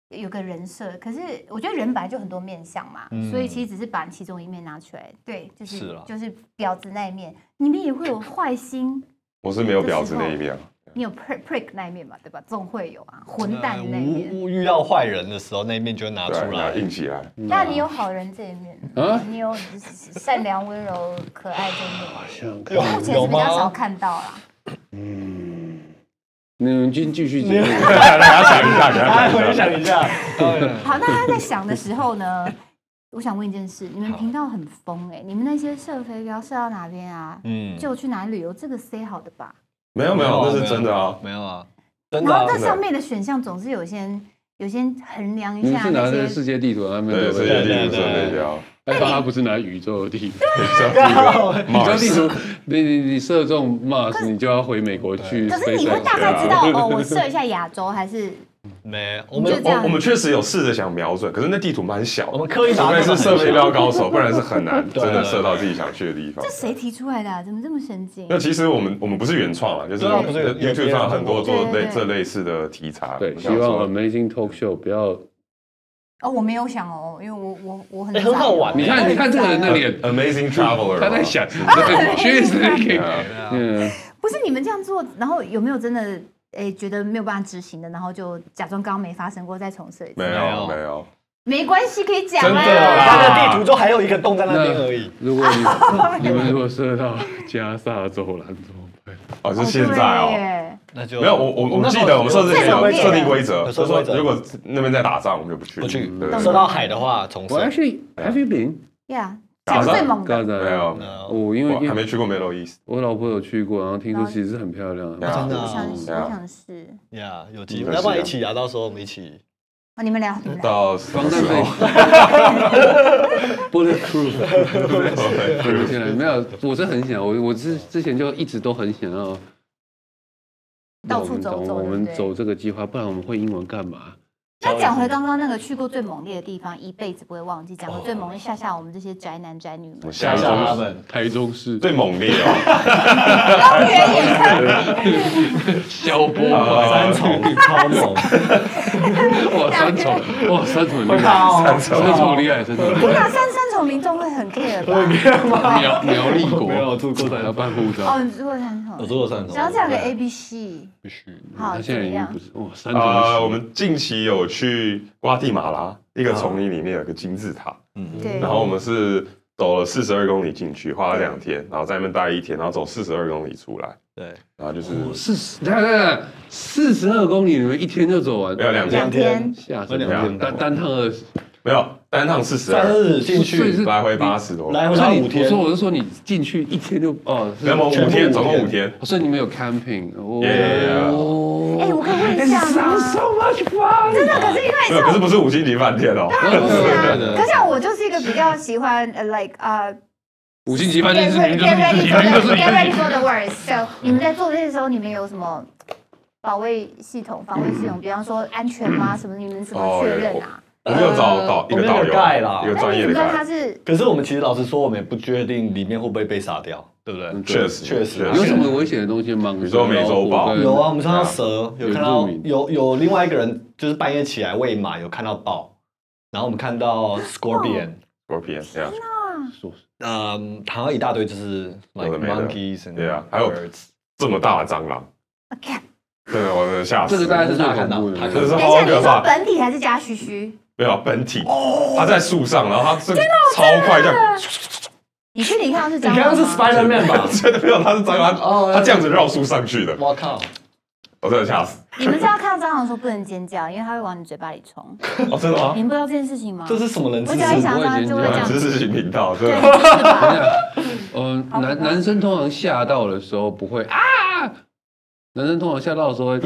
[SPEAKER 4] 有个人设，可是我觉得人本来就很多面相嘛，
[SPEAKER 6] 嗯
[SPEAKER 4] 所以其实只是把其中一面拿出来，对，就是
[SPEAKER 6] 啦
[SPEAKER 4] 就是婊子那一面，你们也会有坏心，
[SPEAKER 5] 我是没有婊子那一面啊。
[SPEAKER 4] 你有 prick prick 那一面嘛，对吧？总会有啊，混蛋
[SPEAKER 6] 那啊
[SPEAKER 4] 那一面。
[SPEAKER 6] 无无遇到坏人的时候，那一面就会拿
[SPEAKER 5] 对啊，
[SPEAKER 6] 出
[SPEAKER 5] 你要
[SPEAKER 6] 来。
[SPEAKER 5] 硬起来。
[SPEAKER 4] 那你有好人这一面，
[SPEAKER 2] 啊
[SPEAKER 4] 你有善良、温柔、可爱这一面吗，
[SPEAKER 2] 想看
[SPEAKER 6] 有
[SPEAKER 4] 目前是比较少
[SPEAKER 6] 吗？
[SPEAKER 4] 看到啦。
[SPEAKER 2] 你们先继续节目。
[SPEAKER 5] 大家想一下，给他
[SPEAKER 6] 大家
[SPEAKER 5] 想
[SPEAKER 6] 回
[SPEAKER 5] 一下。
[SPEAKER 6] 哎想一下，
[SPEAKER 4] 好，那他在想的时候呢，我想问一件事，你们频道很疯哎、你们那些射飞镖射到哪边啊？
[SPEAKER 6] 嗯，
[SPEAKER 4] 就去哪里旅游，这个 say 好的吧。
[SPEAKER 5] 没有没有，那是真的啊。
[SPEAKER 6] 没有啊，真的
[SPEAKER 4] 然
[SPEAKER 6] 啊
[SPEAKER 4] 后这上面的选项总是有先有先衡量
[SPEAKER 2] 你
[SPEAKER 4] 一
[SPEAKER 2] 们
[SPEAKER 4] 下
[SPEAKER 2] 是拿
[SPEAKER 4] 那
[SPEAKER 2] 的
[SPEAKER 4] 些。
[SPEAKER 2] 世界地图啊？没有
[SPEAKER 5] 对，世界地
[SPEAKER 6] 对
[SPEAKER 5] 图
[SPEAKER 6] 对
[SPEAKER 5] 上面标，
[SPEAKER 2] 哎，他不是拿宇宙地图，
[SPEAKER 5] 啊
[SPEAKER 2] 宇宙地
[SPEAKER 5] Mars
[SPEAKER 2] 图，你你你射中 Mars，你就要回美国去。
[SPEAKER 4] 可是你会大概知道哦，我射一下亚洲还是
[SPEAKER 6] 没，我
[SPEAKER 4] 就
[SPEAKER 6] 们
[SPEAKER 4] 这样
[SPEAKER 5] 我我们确实有试着想瞄准，可是那地图蛮小
[SPEAKER 6] 我
[SPEAKER 5] 的
[SPEAKER 6] 们，刻意
[SPEAKER 5] 除
[SPEAKER 6] 把
[SPEAKER 5] 非
[SPEAKER 6] 它
[SPEAKER 5] 是
[SPEAKER 6] 弄得
[SPEAKER 5] 射
[SPEAKER 6] 很
[SPEAKER 5] 飞
[SPEAKER 6] 小
[SPEAKER 5] 镖高手，不然是很难
[SPEAKER 6] 对
[SPEAKER 5] 真的射到自己想去的地方
[SPEAKER 4] 这。谁提出来的、啊？怎么这么神经
[SPEAKER 5] 那？其实我们我们不是原创了，就是
[SPEAKER 6] 对啊不是有有别
[SPEAKER 5] YouTube
[SPEAKER 6] 人
[SPEAKER 5] 上很多做
[SPEAKER 4] 做
[SPEAKER 5] 类
[SPEAKER 4] 对
[SPEAKER 5] 这类似的题材。
[SPEAKER 2] 对，
[SPEAKER 5] 我
[SPEAKER 2] 希
[SPEAKER 5] 想说
[SPEAKER 2] 望 Amazing Talk Show 不要
[SPEAKER 4] 哦，我没有想哦，因为我我我很
[SPEAKER 6] 哎很好玩
[SPEAKER 2] 你看，你看这个人的脸，
[SPEAKER 5] 呃 Amazing traveler，
[SPEAKER 2] 他在想， 确实可
[SPEAKER 4] 啊
[SPEAKER 2] 以，
[SPEAKER 5] 啊
[SPEAKER 2] 嗯，
[SPEAKER 4] 不是你们这样做，然后有没有真的诶觉得没有办法执行的，然后就假装刚刚没发生过，再重设一
[SPEAKER 5] 没
[SPEAKER 4] 次？
[SPEAKER 5] 有没有，哦
[SPEAKER 4] 没关系，可以讲
[SPEAKER 5] 真的
[SPEAKER 4] 啊。
[SPEAKER 5] 啦
[SPEAKER 6] 它的地图中还有一个洞在那边而已。
[SPEAKER 2] 如果你 你们如果射到加萨走廊怎么办？
[SPEAKER 5] 哦是现在
[SPEAKER 4] 对
[SPEAKER 5] 哦。
[SPEAKER 4] 耶
[SPEAKER 6] 那就
[SPEAKER 5] 没有，我我我记得我们设置
[SPEAKER 4] 有
[SPEAKER 5] 有设定规
[SPEAKER 6] 有
[SPEAKER 5] 则，就
[SPEAKER 6] 设定
[SPEAKER 5] 说
[SPEAKER 6] 规则
[SPEAKER 5] 如果那边在打仗，我们就不去。
[SPEAKER 6] 不去
[SPEAKER 5] 对对
[SPEAKER 6] 收
[SPEAKER 5] 对
[SPEAKER 6] 到海的话，重
[SPEAKER 2] 我
[SPEAKER 6] 设。
[SPEAKER 2] actually have you been？
[SPEAKER 4] ，Yeah，
[SPEAKER 5] 打
[SPEAKER 4] 讲
[SPEAKER 5] 仗
[SPEAKER 4] 最猛的，
[SPEAKER 2] 没
[SPEAKER 5] 没
[SPEAKER 6] 嗯
[SPEAKER 5] 有，
[SPEAKER 2] 我因为
[SPEAKER 5] 我还没去过 Middle East。
[SPEAKER 2] 我老婆有去过，然后听说其实是很漂亮
[SPEAKER 5] 然
[SPEAKER 2] 的。
[SPEAKER 5] 后
[SPEAKER 6] 真的
[SPEAKER 4] 我
[SPEAKER 6] 啊
[SPEAKER 4] 想是，
[SPEAKER 5] 对啊
[SPEAKER 4] 我想是。
[SPEAKER 6] 呀，有机
[SPEAKER 5] 可惜啊
[SPEAKER 6] 会，要不然一起啊？到时候我们一起。
[SPEAKER 4] 哦，你们俩，你们俩，
[SPEAKER 5] 到什么
[SPEAKER 2] 防弹
[SPEAKER 5] 时
[SPEAKER 2] 背
[SPEAKER 5] 候？
[SPEAKER 2] bulletproof，
[SPEAKER 5] 对
[SPEAKER 2] 现在没有，我是很想，我我之之前就一直都很想要
[SPEAKER 4] 到处走走
[SPEAKER 2] 我们
[SPEAKER 4] 对不对
[SPEAKER 2] 走这个计划，不然我们会英文干嘛？
[SPEAKER 4] 那讲回刚刚那个去过最猛烈的地方，一辈子不会忘记。讲
[SPEAKER 2] 哦
[SPEAKER 4] 到最猛烈，吓吓我们这些宅男宅女们。
[SPEAKER 5] 下一
[SPEAKER 6] 他
[SPEAKER 5] 周
[SPEAKER 6] 们
[SPEAKER 2] 台中市
[SPEAKER 5] 最猛烈哦，
[SPEAKER 4] 高原野餐，
[SPEAKER 2] 消波
[SPEAKER 6] 三重超猛，
[SPEAKER 2] 哇，三重，哇，三重很厉害，
[SPEAKER 6] 三
[SPEAKER 2] 三重很厉害，三重很厉害。
[SPEAKER 4] 天哪，三三重民众会很 care 吧？
[SPEAKER 2] 苗苗栗国
[SPEAKER 6] 没有住过
[SPEAKER 2] 还
[SPEAKER 6] 三
[SPEAKER 2] 要
[SPEAKER 6] 重，
[SPEAKER 2] 办护照
[SPEAKER 4] 哦，，你住过三
[SPEAKER 6] 我
[SPEAKER 4] 重，
[SPEAKER 6] 住过三重。
[SPEAKER 4] 只要这样个 A B C，
[SPEAKER 2] 必须。
[SPEAKER 4] 好
[SPEAKER 2] 他现在已
[SPEAKER 4] 怎么
[SPEAKER 2] 经
[SPEAKER 4] 样
[SPEAKER 2] 不是哇，三重的
[SPEAKER 5] 呃，
[SPEAKER 2] 市
[SPEAKER 5] 我们近期有去瓜地马拉一个丛林，里面有个金字塔，
[SPEAKER 2] 嗯
[SPEAKER 4] 对，
[SPEAKER 5] 然后我们是走了四十二公里进去，花了两天，然后在那边待一天，然后走四十二公里出来，
[SPEAKER 6] 对，
[SPEAKER 5] 然后就是
[SPEAKER 2] 四十，等一下等一下四十二公里，你们一天就走完？
[SPEAKER 5] 没有两天，
[SPEAKER 4] 两天，
[SPEAKER 2] 吓死我
[SPEAKER 6] 两
[SPEAKER 2] 了！
[SPEAKER 5] 天
[SPEAKER 2] 单单趟二十，
[SPEAKER 5] 没有单趟四十
[SPEAKER 6] 三
[SPEAKER 5] 二，
[SPEAKER 6] 日进
[SPEAKER 2] 所以
[SPEAKER 6] 去
[SPEAKER 2] 是，
[SPEAKER 5] 来回八十多，
[SPEAKER 6] 来
[SPEAKER 2] 不
[SPEAKER 6] 回
[SPEAKER 2] 是
[SPEAKER 6] 到
[SPEAKER 2] 你
[SPEAKER 6] 五天
[SPEAKER 2] 我。说我是说你进去一天就哦，是哦
[SPEAKER 5] 那么
[SPEAKER 6] 全
[SPEAKER 5] 五
[SPEAKER 6] 部
[SPEAKER 5] 天
[SPEAKER 6] 五
[SPEAKER 5] 总共
[SPEAKER 6] 天
[SPEAKER 5] 五天，
[SPEAKER 2] 所以你们有 camping 哦。
[SPEAKER 5] Yeah
[SPEAKER 4] 哎，我可以问一下吗？
[SPEAKER 2] much fun！真的
[SPEAKER 4] 可是因为
[SPEAKER 5] 没有，可是不是五星级饭店哦，
[SPEAKER 4] 不是啊
[SPEAKER 2] 对对对，
[SPEAKER 4] 可是我就是一个比较喜欢呃 like 呃
[SPEAKER 2] 五星级饭店
[SPEAKER 4] get
[SPEAKER 2] 是明
[SPEAKER 4] ready
[SPEAKER 2] 明就是
[SPEAKER 4] get
[SPEAKER 2] 你自
[SPEAKER 4] ready
[SPEAKER 2] 己，明明就是你嗯自
[SPEAKER 4] for the get ready
[SPEAKER 2] 己。
[SPEAKER 4] for the worst。So 你们在做这些时候，你们有什么保卫系统、防卫系统？比方说安全吗？什么？你们怎么确认啊？
[SPEAKER 5] 我们有找
[SPEAKER 2] 呃
[SPEAKER 5] 导一个导游
[SPEAKER 6] 我们有盖啦，
[SPEAKER 5] 一个
[SPEAKER 4] 那
[SPEAKER 5] 专
[SPEAKER 4] 你
[SPEAKER 5] 业的
[SPEAKER 4] 怎么知道
[SPEAKER 5] 盖，
[SPEAKER 4] 他是？
[SPEAKER 6] 可是我们其实老实说，我们也不确定里面会不会被杀掉，对不对？
[SPEAKER 5] 确实
[SPEAKER 6] 确实
[SPEAKER 2] 有什么危险的东西吗？
[SPEAKER 5] 你说美洲豹
[SPEAKER 2] 对
[SPEAKER 6] 有啊，我们看到蛇，
[SPEAKER 2] 对啊
[SPEAKER 6] 有看到
[SPEAKER 2] 原住民
[SPEAKER 6] 有有另外一个人就是半夜起来喂马，有看到豹，然后我们看到 scorpion，
[SPEAKER 5] 多便宜这样，
[SPEAKER 6] 嗯，好像一大堆就是
[SPEAKER 5] 哦有
[SPEAKER 6] like
[SPEAKER 5] 的没的
[SPEAKER 6] monkeys and
[SPEAKER 5] 对啊
[SPEAKER 6] birds，
[SPEAKER 5] 还有这么大的蟑螂，真的我真的吓死
[SPEAKER 2] 这
[SPEAKER 5] 了，
[SPEAKER 2] 个大概是最恐怖的。
[SPEAKER 5] 真的是
[SPEAKER 4] 等一
[SPEAKER 5] 好
[SPEAKER 4] 下，你
[SPEAKER 5] 可
[SPEAKER 4] 说
[SPEAKER 5] 怕。
[SPEAKER 4] 本体还是加须须？
[SPEAKER 5] 没有本体，
[SPEAKER 2] 哦
[SPEAKER 5] 它在树上，然后它这超快这样，
[SPEAKER 4] 你确定看到是
[SPEAKER 6] 你
[SPEAKER 4] 蟑
[SPEAKER 6] 刚
[SPEAKER 4] 螂
[SPEAKER 6] 刚是
[SPEAKER 4] 吗？
[SPEAKER 6] Spider Man 吧？
[SPEAKER 5] 真的没有，它是蟑螂，
[SPEAKER 6] 哦
[SPEAKER 5] 它这样子绕树上去的，
[SPEAKER 6] 我靠！
[SPEAKER 5] 我真的吓死。
[SPEAKER 4] 你们知道看到蟑螂的时候不能尖叫，因为它会往你嘴巴里 冲。
[SPEAKER 5] 哦，真的吗
[SPEAKER 4] 你？们不知道这件事情吗？
[SPEAKER 6] 这是什么人
[SPEAKER 4] 我
[SPEAKER 6] 知
[SPEAKER 4] 只要一
[SPEAKER 6] 识？
[SPEAKER 4] 想到蟑螂就会这 样
[SPEAKER 5] 知。识型频道，真
[SPEAKER 4] 对，
[SPEAKER 5] 的。
[SPEAKER 4] 是吧？
[SPEAKER 2] 嗯，男男生通常吓到的时候不会啊，男生通常吓到的时候会，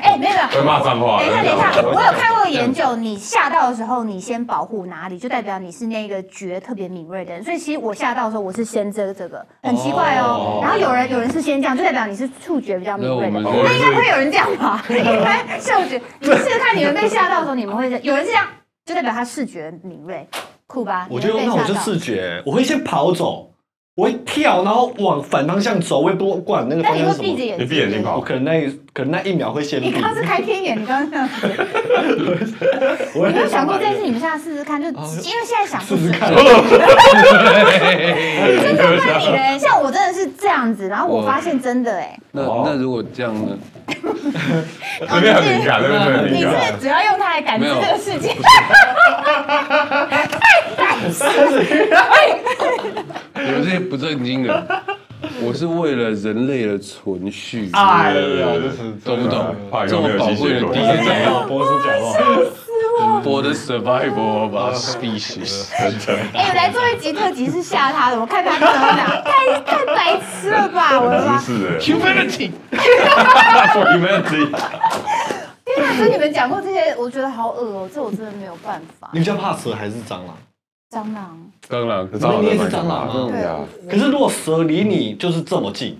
[SPEAKER 4] 哎，没有没 有，
[SPEAKER 5] 会骂脏话。
[SPEAKER 4] 等一下，
[SPEAKER 5] 真的
[SPEAKER 4] 等一下，我有看过研究，你吓到的时候，你先保护哪里，就代表你是那个觉特别敏锐的人。所以其实我吓到的时候，我是先遮这个，很奇怪哦
[SPEAKER 6] 哦。
[SPEAKER 4] 然后有人有人是先这样，就代表你是触觉比较敏
[SPEAKER 2] 那我
[SPEAKER 4] 锐
[SPEAKER 2] 们
[SPEAKER 4] 的。
[SPEAKER 5] 我
[SPEAKER 4] 那应该不会
[SPEAKER 5] 是
[SPEAKER 4] 有人这样 吧？应该嗅觉。你们试试看，你们被吓到的时候，你们会这样有人是这样，就代表他视觉敏锐，酷吧？
[SPEAKER 6] 我觉得
[SPEAKER 4] 你
[SPEAKER 6] 那
[SPEAKER 4] 们
[SPEAKER 6] 我
[SPEAKER 4] 被吓
[SPEAKER 6] 就
[SPEAKER 4] 到。
[SPEAKER 6] 视觉，我会先跑走，我会跳，然后往反方向走，我也不管那个
[SPEAKER 4] 那
[SPEAKER 6] 方
[SPEAKER 4] 你
[SPEAKER 6] 向
[SPEAKER 4] 会
[SPEAKER 6] 是
[SPEAKER 4] 闭
[SPEAKER 6] 什
[SPEAKER 4] 着
[SPEAKER 6] 么。
[SPEAKER 4] 眼
[SPEAKER 5] 你
[SPEAKER 4] 睛？
[SPEAKER 5] 闭眼睛跑，
[SPEAKER 6] 我可能那可能那一秒会先
[SPEAKER 4] 你
[SPEAKER 6] 闭
[SPEAKER 4] 刚，刚是开天眼，你刚刚这样子，
[SPEAKER 6] 我
[SPEAKER 4] 你没有
[SPEAKER 6] 会
[SPEAKER 4] 想过这件事？
[SPEAKER 6] 情。
[SPEAKER 4] 你们现在试试看，就因为现在想不
[SPEAKER 6] 试
[SPEAKER 4] 出
[SPEAKER 6] 啊试看，
[SPEAKER 4] 真的看你 嘞，像我真的是这样子，然后我发现真的哎，
[SPEAKER 2] 那那如果这样呢？
[SPEAKER 5] 这边很敏感，这边真的很
[SPEAKER 4] 你
[SPEAKER 5] 敏
[SPEAKER 6] 啊
[SPEAKER 5] 感。
[SPEAKER 4] 是只要用它来感知
[SPEAKER 2] 没有
[SPEAKER 4] 这个世界，
[SPEAKER 2] 你们这些不正经的，我是为了人类的存续，
[SPEAKER 6] 哎呀，这是
[SPEAKER 2] 懂不懂？
[SPEAKER 5] 怕以
[SPEAKER 2] 这
[SPEAKER 5] 后
[SPEAKER 2] 么
[SPEAKER 5] 没有
[SPEAKER 2] 宝
[SPEAKER 5] 吸
[SPEAKER 2] 贵
[SPEAKER 5] 血
[SPEAKER 2] 的
[SPEAKER 5] 鬼
[SPEAKER 2] 第。一
[SPEAKER 6] 讲
[SPEAKER 2] 章，
[SPEAKER 6] 话，博士讲话，
[SPEAKER 2] 我的 survival of our species。
[SPEAKER 4] 哎，我来做一集特辑是吓他的，我看他怎么 讲，太太白痴了吧，我的妈！
[SPEAKER 5] 知识哎
[SPEAKER 2] Humanity，
[SPEAKER 5] ，for humanity。
[SPEAKER 4] 天哪，啊跟你们讲过这些，我觉得好恶哦，这我真的没有办法
[SPEAKER 6] 你。比较怕蛇还是蟑螂？
[SPEAKER 4] 蟑螂，
[SPEAKER 2] 当然，
[SPEAKER 5] 蟑螂
[SPEAKER 6] 你也
[SPEAKER 5] 真
[SPEAKER 6] 是
[SPEAKER 5] 的蛮可
[SPEAKER 6] 蟑
[SPEAKER 5] 怕
[SPEAKER 6] 螂
[SPEAKER 5] 的
[SPEAKER 6] 吗？
[SPEAKER 5] 对啊，
[SPEAKER 6] 可是如果蛇离你就是这么近，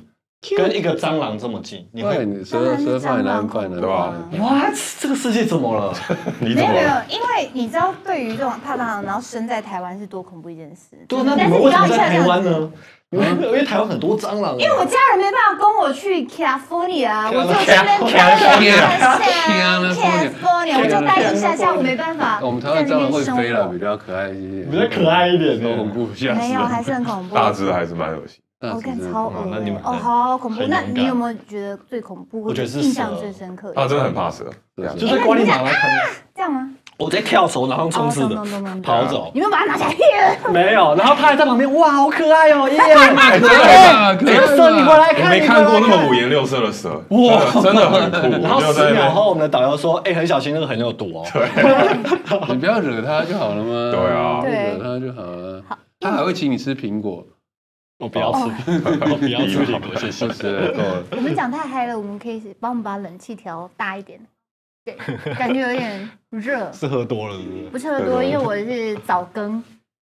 [SPEAKER 6] 跟一个蟑螂这么近，你会
[SPEAKER 2] 对，蛇蛇饭
[SPEAKER 4] 啊
[SPEAKER 2] 难饭的，
[SPEAKER 5] 对吧？
[SPEAKER 6] what？这个世界怎 么了？
[SPEAKER 5] 你
[SPEAKER 4] 没
[SPEAKER 5] 怎
[SPEAKER 4] 有
[SPEAKER 5] 么
[SPEAKER 4] 没有
[SPEAKER 5] 了？，
[SPEAKER 4] 因为你知道，对于这种怕蟑螂，然后生在台湾是多恐怖一件事。
[SPEAKER 6] 对啊，那
[SPEAKER 4] 但
[SPEAKER 6] 你
[SPEAKER 4] 是
[SPEAKER 6] 们
[SPEAKER 4] 你
[SPEAKER 6] 为
[SPEAKER 4] 知
[SPEAKER 6] 什
[SPEAKER 4] 道
[SPEAKER 6] 么
[SPEAKER 4] 一
[SPEAKER 6] 在
[SPEAKER 4] 下这
[SPEAKER 6] 台
[SPEAKER 4] 样
[SPEAKER 6] 湾
[SPEAKER 4] 子，
[SPEAKER 6] 呢？因
[SPEAKER 5] 啊
[SPEAKER 6] 为因为台湾很多蟑螂啊，
[SPEAKER 4] 因为我家人没办法跟我去 California，啊我就这边
[SPEAKER 2] California
[SPEAKER 4] California，California，我就待一下下，我没办法
[SPEAKER 2] 我们台
[SPEAKER 4] 在
[SPEAKER 2] 湾
[SPEAKER 4] 那
[SPEAKER 2] 蟑螂
[SPEAKER 4] 边
[SPEAKER 2] 会
[SPEAKER 4] 生
[SPEAKER 2] 飞了，
[SPEAKER 4] 活
[SPEAKER 2] 比。较可爱一些，
[SPEAKER 6] 比较可爱一点
[SPEAKER 2] 都
[SPEAKER 6] 的
[SPEAKER 2] 恐。怖，吓
[SPEAKER 4] 没
[SPEAKER 2] 死
[SPEAKER 4] 有，还
[SPEAKER 2] 人！
[SPEAKER 4] 是很恐怖。
[SPEAKER 5] 大只还是蛮恶心。
[SPEAKER 4] 我看超恶
[SPEAKER 6] 嗯那你们
[SPEAKER 4] 哦，好恐怖。
[SPEAKER 6] 很
[SPEAKER 4] 那
[SPEAKER 6] 勇
[SPEAKER 4] 你有
[SPEAKER 6] 敢
[SPEAKER 4] 没有觉得最恐怖？
[SPEAKER 6] 我觉得是
[SPEAKER 4] 印象
[SPEAKER 6] 蛇啊
[SPEAKER 4] 最深刻的。
[SPEAKER 5] 他真的很怕蛇，
[SPEAKER 2] 对啊
[SPEAKER 6] 就
[SPEAKER 2] 就是
[SPEAKER 6] 管理马来看，
[SPEAKER 4] 这样吗？
[SPEAKER 6] 我在跳手，然后冲刺
[SPEAKER 4] 哎哦懂懂懂懂
[SPEAKER 6] 的跑走，
[SPEAKER 4] 你们把它拿起来。
[SPEAKER 6] 没有，然后他还在旁边，哇，好可爱哦， 耶！
[SPEAKER 2] 可爱吧可啊爱吧
[SPEAKER 4] 哎
[SPEAKER 6] 蛇，你过来
[SPEAKER 5] 我
[SPEAKER 6] 看，
[SPEAKER 5] 没
[SPEAKER 6] 你
[SPEAKER 5] 看
[SPEAKER 6] 过
[SPEAKER 5] 过
[SPEAKER 6] 来
[SPEAKER 5] 那么五颜六色的蛇，
[SPEAKER 6] 哇
[SPEAKER 5] 真的很酷。
[SPEAKER 6] 然后
[SPEAKER 5] 我就
[SPEAKER 6] 十
[SPEAKER 5] 在那
[SPEAKER 6] 秒
[SPEAKER 5] 边，
[SPEAKER 6] 后，我们的导游说：“哎、很小心，那个很有毒哦。”对，
[SPEAKER 2] 你不要惹它就好了嘛。
[SPEAKER 5] 对啊
[SPEAKER 2] 不惹它就好了。它还会请你吃苹果，
[SPEAKER 6] 我不要吃，
[SPEAKER 5] 哦
[SPEAKER 6] 我不要 吃苹果，谢谢
[SPEAKER 2] 就。吃 了够
[SPEAKER 6] 哦
[SPEAKER 2] 了。
[SPEAKER 4] 我们讲太嗨了，我们可以帮我们把冷气调大一点， 对，感觉有点热。
[SPEAKER 6] 是喝多了是不是？
[SPEAKER 4] 不是喝多，因为我是早更，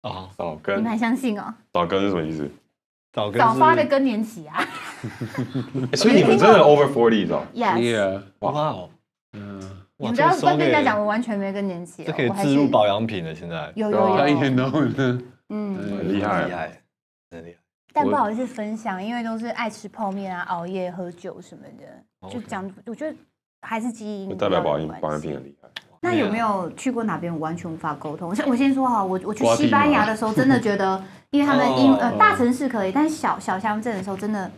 [SPEAKER 6] 啊，
[SPEAKER 5] 早
[SPEAKER 4] 你
[SPEAKER 5] 更
[SPEAKER 4] 们还相信 哦？
[SPEAKER 5] 早更是什么意思？
[SPEAKER 6] 早跟
[SPEAKER 4] 早发的
[SPEAKER 6] 是
[SPEAKER 4] 更年期啊
[SPEAKER 5] 欸所以你们真的 over forty 的哦，
[SPEAKER 4] ，yes。
[SPEAKER 2] Yeah，
[SPEAKER 6] 哇哦，
[SPEAKER 2] 嗯，
[SPEAKER 4] 你
[SPEAKER 6] 哇
[SPEAKER 4] 们不要
[SPEAKER 6] 这个
[SPEAKER 4] 跟人家
[SPEAKER 6] slogan
[SPEAKER 4] 讲，我完全没更年期
[SPEAKER 6] 这
[SPEAKER 4] 哦
[SPEAKER 6] 可以，
[SPEAKER 4] 我还
[SPEAKER 6] 置
[SPEAKER 4] 是
[SPEAKER 6] 入保养品了。现在
[SPEAKER 4] 有
[SPEAKER 5] 对啊
[SPEAKER 2] 它
[SPEAKER 4] 有
[SPEAKER 2] 一天
[SPEAKER 4] 有，
[SPEAKER 2] 到晚的，
[SPEAKER 4] 嗯，
[SPEAKER 5] 很厉
[SPEAKER 6] 很厉
[SPEAKER 5] 害。
[SPEAKER 6] 害，很厉害。
[SPEAKER 4] 但不
[SPEAKER 2] 我
[SPEAKER 4] 好意思分享，因为都是爱吃泡面啊、熬夜、喝酒什么的，就
[SPEAKER 6] OK
[SPEAKER 4] 讲，我觉得还是基因
[SPEAKER 5] 就
[SPEAKER 4] 比
[SPEAKER 5] 代表
[SPEAKER 4] 较有
[SPEAKER 5] 保养
[SPEAKER 4] 关
[SPEAKER 5] 保养
[SPEAKER 4] 系啊
[SPEAKER 5] 品很厉害。
[SPEAKER 4] 那有没有去过哪边我完全无法沟通？我先我先说哈，我我去
[SPEAKER 2] 瓜地
[SPEAKER 4] 西
[SPEAKER 2] 马
[SPEAKER 4] 班牙的时候，真的觉得，因为他们英呃
[SPEAKER 2] 哦
[SPEAKER 4] 大城市可以，但是小小乡镇的时候，真的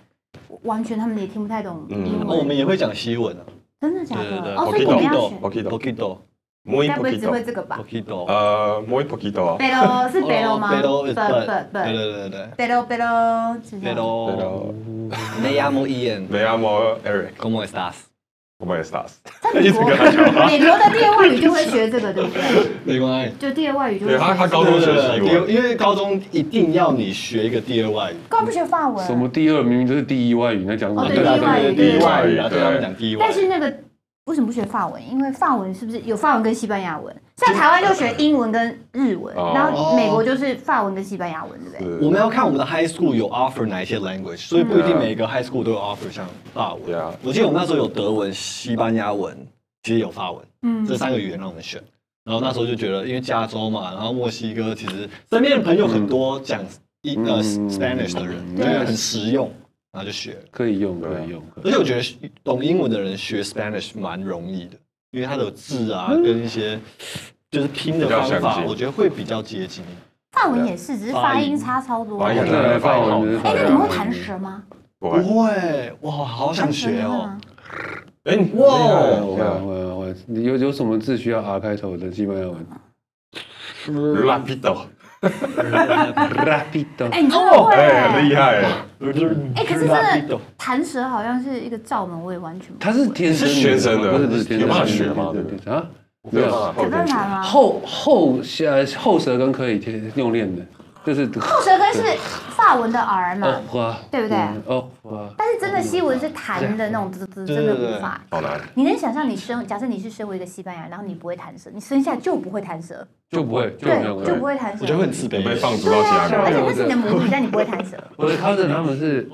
[SPEAKER 4] 完全他们也听不太懂
[SPEAKER 5] 嗯
[SPEAKER 4] 英
[SPEAKER 6] 哦，我们
[SPEAKER 4] 文，
[SPEAKER 6] 也会讲西文啊，
[SPEAKER 4] 真的假
[SPEAKER 6] 对对对
[SPEAKER 4] 的？哦，所以你们要学，
[SPEAKER 5] Poquito
[SPEAKER 6] ，poquito 哦
[SPEAKER 5] Muy
[SPEAKER 4] 该不会只会
[SPEAKER 5] poquito，
[SPEAKER 4] 这个 吧
[SPEAKER 6] poquito，
[SPEAKER 5] 呃，muy poquito 啊。
[SPEAKER 4] 贝罗是贝罗吗？
[SPEAKER 6] 贝罗，对
[SPEAKER 4] 不
[SPEAKER 6] 对
[SPEAKER 4] 不不，
[SPEAKER 6] 对对对，
[SPEAKER 4] 贝罗贝罗，是这
[SPEAKER 6] 贝
[SPEAKER 5] 对
[SPEAKER 4] 样。
[SPEAKER 6] 罗
[SPEAKER 5] 喽
[SPEAKER 6] ，me llamo Ian。
[SPEAKER 5] Me llamo Eric.
[SPEAKER 6] ¿Cómo estás？
[SPEAKER 5] ¿Cómo estás？
[SPEAKER 4] 在美国，美国的第二外语就会学这个，对不对？
[SPEAKER 6] 没关系，
[SPEAKER 4] 就第二外语就会
[SPEAKER 5] 对他，他
[SPEAKER 4] 学。
[SPEAKER 5] 高中学西
[SPEAKER 6] 对对对
[SPEAKER 5] 文，
[SPEAKER 6] 因为高中一定要你学一个第二外语。
[SPEAKER 4] 刚不学法文，啊
[SPEAKER 2] 什么第二明明就是第一外语，那讲什么
[SPEAKER 4] 哦
[SPEAKER 2] 第
[SPEAKER 4] 对
[SPEAKER 2] 二
[SPEAKER 4] 第一外语
[SPEAKER 2] 语？
[SPEAKER 6] 第一外语
[SPEAKER 5] 对
[SPEAKER 6] 啊，对他们讲第一外
[SPEAKER 4] 但是
[SPEAKER 6] 语。
[SPEAKER 4] 那个为什么不学法文？因为法文是不是有法文跟西班牙文？像台湾就学英文跟日文，
[SPEAKER 5] 哦
[SPEAKER 4] 然后美国就是法文跟西班牙文，对不对？
[SPEAKER 6] 我们要看我们的 high school 有 offer 哪一些 language，所以不一定每个 high school 都有 offer 像法文。
[SPEAKER 5] 嗯 Yeah
[SPEAKER 6] 我记得我们那时候有德文、西班牙文，其实有法文，
[SPEAKER 4] 嗯
[SPEAKER 6] 这三个语言让我们选。然后那时候就觉得，因为加州嘛，然后墨西哥，其实身边的朋友很多讲一呃
[SPEAKER 2] 嗯
[SPEAKER 6] Spanish 的人，
[SPEAKER 2] 对
[SPEAKER 6] 对，很实用，然后就学了。
[SPEAKER 2] 可以用，可以用。
[SPEAKER 6] 而且我觉得懂英文的人学 Spanish 蛮容易的，因为它的字啊跟一些就是拼的方
[SPEAKER 5] 比较相
[SPEAKER 6] 法，
[SPEAKER 5] 近
[SPEAKER 6] 我觉得会比较接近。
[SPEAKER 4] 法文也是，只是发音差超多。
[SPEAKER 5] 发音
[SPEAKER 4] 哎，
[SPEAKER 5] 很
[SPEAKER 2] 对啊，法文就是法文。
[SPEAKER 4] 那你们会弹舌吗？
[SPEAKER 5] 不
[SPEAKER 6] 不
[SPEAKER 5] 会。
[SPEAKER 6] 会，哇，好想学
[SPEAKER 4] 啊
[SPEAKER 6] 哦！
[SPEAKER 5] 哎，你
[SPEAKER 6] 哇
[SPEAKER 2] 我
[SPEAKER 5] 厉
[SPEAKER 2] 会
[SPEAKER 5] 害
[SPEAKER 2] 啊我会啊我会啊你有有什么字需要 R 开头的西班牙文
[SPEAKER 5] Rapido，
[SPEAKER 2] ？Rapido，
[SPEAKER 4] 哎，你真的会
[SPEAKER 5] 哎，很
[SPEAKER 4] 哎？
[SPEAKER 5] 厉害哎，
[SPEAKER 4] 哎，可是真的弹舌好像是一个罩门，我也完全不会
[SPEAKER 2] 他是天生
[SPEAKER 5] 是天生的
[SPEAKER 2] 不是不是天生的，
[SPEAKER 5] 有办法学吗
[SPEAKER 2] 对对对啊，没
[SPEAKER 5] 没有
[SPEAKER 2] 有
[SPEAKER 5] 办法
[SPEAKER 4] 有办法吗？
[SPEAKER 2] 后后呃后舌根可以天用练的，就是
[SPEAKER 4] 后舌根是法文的 R 嘛
[SPEAKER 2] 哦，花，
[SPEAKER 4] 对不对
[SPEAKER 2] 嗯哦花，
[SPEAKER 4] 但是真的西文是弹的那种滋滋，真的无法。
[SPEAKER 5] 好难。
[SPEAKER 4] 你能想象你身，假设你是身为一个西班牙人，然后你不会弹舌，你生下就不会弹舌，
[SPEAKER 2] 就不会就
[SPEAKER 4] 对
[SPEAKER 2] 没有，
[SPEAKER 4] 就不会弹舌，
[SPEAKER 6] 我觉得会很自卑，
[SPEAKER 5] 被放
[SPEAKER 2] 啊
[SPEAKER 5] 逐到其他
[SPEAKER 4] 而
[SPEAKER 5] 国家，
[SPEAKER 4] 且那是你的母语，但你不会弹舌。
[SPEAKER 2] 我的 cousin 他们是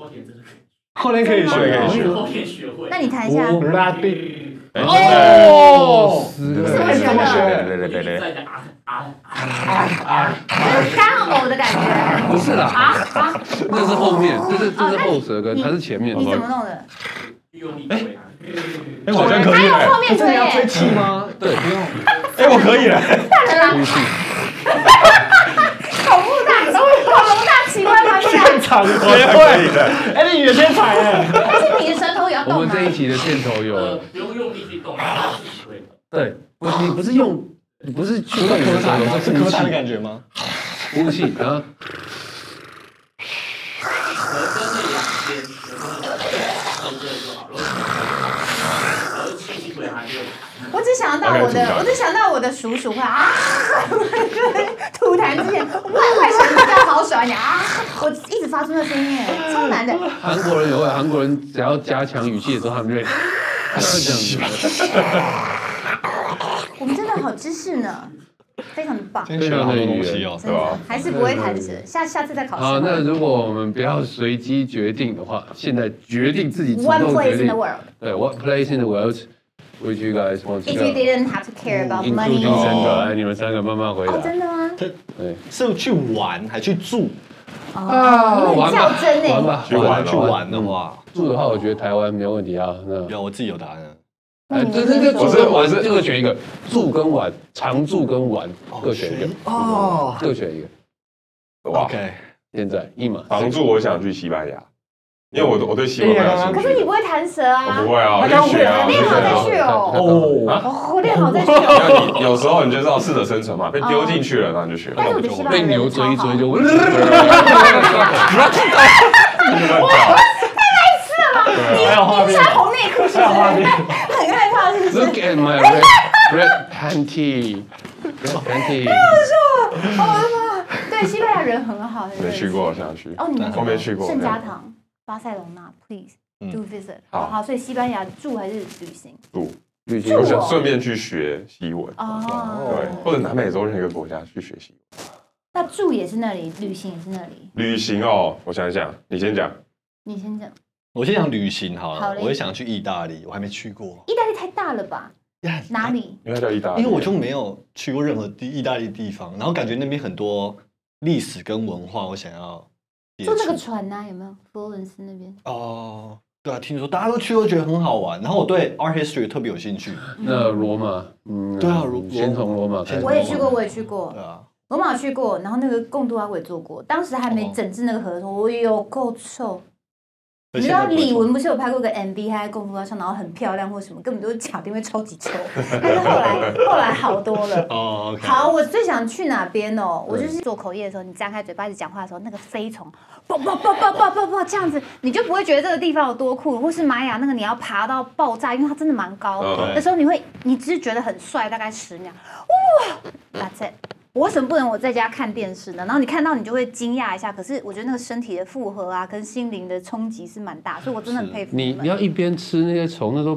[SPEAKER 6] 后天可以
[SPEAKER 5] 所以可以学
[SPEAKER 6] 学。。
[SPEAKER 4] 那你弹一下，
[SPEAKER 6] 拉丁
[SPEAKER 2] 哦，
[SPEAKER 4] 怎么学的？
[SPEAKER 5] 对对对对，
[SPEAKER 8] 啊
[SPEAKER 4] 就是干呕的感觉
[SPEAKER 2] 不是啦，
[SPEAKER 4] 啊啊！哦
[SPEAKER 2] 那是后面，这是这是后舌根，
[SPEAKER 4] 你
[SPEAKER 2] 它是前面。
[SPEAKER 4] 你怎么弄 的？
[SPEAKER 5] 哎，我好像可以
[SPEAKER 4] 后
[SPEAKER 5] 哎，
[SPEAKER 4] 面吹耶，
[SPEAKER 6] 气吗？
[SPEAKER 2] 对，不用
[SPEAKER 5] 哎，我可以哎，
[SPEAKER 2] 呼气，
[SPEAKER 4] 恐怖大恐怖大奇怪吗？啊现在，
[SPEAKER 6] 场
[SPEAKER 5] 我也可以的。
[SPEAKER 6] 哎，你原先才哎，
[SPEAKER 4] 但是你的舌头也要
[SPEAKER 2] 我
[SPEAKER 4] 动啊
[SPEAKER 2] 们
[SPEAKER 4] 吗？
[SPEAKER 2] 这一期的片头有
[SPEAKER 8] 呃
[SPEAKER 4] 哦
[SPEAKER 2] 了，，
[SPEAKER 8] 不用用力去动，它自己会的。
[SPEAKER 2] 对，不是你不是用，你不是去动你的舌头，
[SPEAKER 6] 是
[SPEAKER 2] 是
[SPEAKER 6] 歌
[SPEAKER 2] 呼
[SPEAKER 6] 坛的
[SPEAKER 2] 气，
[SPEAKER 6] 感觉吗？
[SPEAKER 2] 呼气，然后
[SPEAKER 8] 舌根的两边，舌根的两边动这个就好了。然后亲一会它就
[SPEAKER 4] 我只想到我的，我只想到我的鼠鼠会啊， 吐痰之前，外外声比较好爽一点啊，我一直发出那声音耶，超难的。
[SPEAKER 2] 韩国人也会，韩国人只要加强语气的时候，他们就会这样子，
[SPEAKER 4] 我们真的好知识呢，非常的棒，
[SPEAKER 6] 今天学了好多东西哦。
[SPEAKER 4] 真的还是不会弹舌，下下次再考
[SPEAKER 2] 好，
[SPEAKER 4] 试
[SPEAKER 2] 那
[SPEAKER 4] 吧。
[SPEAKER 2] 如果我们不要随机决定的话，现在决定自己主
[SPEAKER 4] One
[SPEAKER 2] 动决
[SPEAKER 4] place in
[SPEAKER 2] 定
[SPEAKER 4] the。world,
[SPEAKER 2] 对，What place in the world would you guys want to
[SPEAKER 4] if you
[SPEAKER 2] go?
[SPEAKER 4] didn't have to care about
[SPEAKER 2] 印度第
[SPEAKER 4] money. 哦
[SPEAKER 2] 三个，哎，你们三个慢慢回答
[SPEAKER 4] 哦，。真的吗？
[SPEAKER 2] 对，
[SPEAKER 6] 是去玩还去住？
[SPEAKER 2] 啊，
[SPEAKER 4] 你
[SPEAKER 2] 玩吧
[SPEAKER 4] 哦很较真，
[SPEAKER 2] 玩
[SPEAKER 4] 哎，
[SPEAKER 2] 吧，
[SPEAKER 5] 去玩
[SPEAKER 6] 去玩的话，
[SPEAKER 2] 住的话，我觉得台湾没有问题啊。那
[SPEAKER 4] 嗯
[SPEAKER 6] 有我自己有答案啊。
[SPEAKER 2] 哎，这这这住跟玩是各选一个，住跟玩，常住跟玩各选一个，
[SPEAKER 6] 哦
[SPEAKER 2] 各选一个。
[SPEAKER 5] 哇，
[SPEAKER 6] ，OK，
[SPEAKER 2] 现在一码
[SPEAKER 5] 常住我想去西班牙，因为我我对西班牙有
[SPEAKER 4] 可
[SPEAKER 5] 兴
[SPEAKER 4] 是你
[SPEAKER 5] 趣。
[SPEAKER 4] 不会弹舌啊
[SPEAKER 5] 我，不会啊，我
[SPEAKER 2] 他
[SPEAKER 5] 去
[SPEAKER 2] 刚
[SPEAKER 5] 学啊，我
[SPEAKER 4] 会啊
[SPEAKER 5] 去学啊
[SPEAKER 4] 练好再去哦
[SPEAKER 6] 哦，
[SPEAKER 4] 哦，练好再去。
[SPEAKER 5] 那你有时候你就知道适者生存嘛，被丢进去了，那你就学。
[SPEAKER 4] 但哦哎是我觉得西班牙
[SPEAKER 2] 被
[SPEAKER 4] 人
[SPEAKER 2] 牛追一
[SPEAKER 4] 超好
[SPEAKER 2] 追就，
[SPEAKER 6] 还有画面，
[SPEAKER 4] 穿红内裤是
[SPEAKER 6] 还有画
[SPEAKER 4] 不
[SPEAKER 6] 面，
[SPEAKER 4] 是很害怕？是不是？
[SPEAKER 2] Look at my red red panty, red panty。
[SPEAKER 4] 对，西班牙人很好，对不
[SPEAKER 5] 没
[SPEAKER 4] 对
[SPEAKER 5] 去。过，我想去。
[SPEAKER 4] 哦，你们
[SPEAKER 5] 我没去过。
[SPEAKER 4] 圣家堂、巴塞隆纳，please
[SPEAKER 6] 嗯
[SPEAKER 4] do visit。
[SPEAKER 5] 好
[SPEAKER 4] 好好，所以西班牙住还是旅行？
[SPEAKER 5] 不，
[SPEAKER 2] 旅行
[SPEAKER 5] 我
[SPEAKER 2] 社
[SPEAKER 5] 想顺便去学西文，对，
[SPEAKER 4] 哦，
[SPEAKER 5] 或者南美洲任何一个国家去学习。
[SPEAKER 4] 那住也是那里，旅行也是那里。
[SPEAKER 5] 旅行哦，我想想，你先讲。
[SPEAKER 4] 你先讲，
[SPEAKER 6] 我先想旅行好
[SPEAKER 4] 好
[SPEAKER 6] 了，
[SPEAKER 4] 嘞
[SPEAKER 6] 我也想去意大利，我还没去过。
[SPEAKER 4] 意大利太大了吧？哪里？
[SPEAKER 5] 因为它叫意大利，
[SPEAKER 6] 因为我就没有去过任何地意大利地方，然后感觉那边很多历史跟文化，我想要接
[SPEAKER 4] 坐那个
[SPEAKER 6] 触
[SPEAKER 4] 船呐，有没有？佛罗伦斯那边
[SPEAKER 6] 哦。对啊，听说大家都去都觉得很好玩，然后我对 art history 特别有兴趣。
[SPEAKER 2] 那罗马，嗯，
[SPEAKER 6] 对啊罗
[SPEAKER 2] 先从罗马开始。
[SPEAKER 4] 我也去过，我也去过
[SPEAKER 6] 对，啊，
[SPEAKER 4] 罗马去过，然后那个贡多啊拉我也做过，当时还没整治那个河的时候，我有够臭。你知道李玟不是有拍过个 MV，她在贡多拉上，然后很漂亮或什么，根本就是假的，因为超级臭。但是后来后来好多了。
[SPEAKER 6] 哦，OK，
[SPEAKER 4] 好，啊我最想去哪边哦？我就是做口译的时候，你张开嘴巴一直讲话的时候，那个飞虫，啵啵啵啵啵啵啵这样子，你就不会觉得这个地方有多酷，或是玛雅那个你要爬到爆炸，因为它真的蛮高
[SPEAKER 2] 哦
[SPEAKER 5] 嗯
[SPEAKER 4] 的，那时候你会，你只是觉得很帅，大概十秒，哇，That's it。我为什么不能我在家看电视呢？然后你看到你就会惊讶一下，可是我觉得那个身体的负荷啊，跟心灵的冲击是蛮大，所以我真的很佩服
[SPEAKER 2] 你
[SPEAKER 4] 们
[SPEAKER 2] 你要一边吃那些虫，那都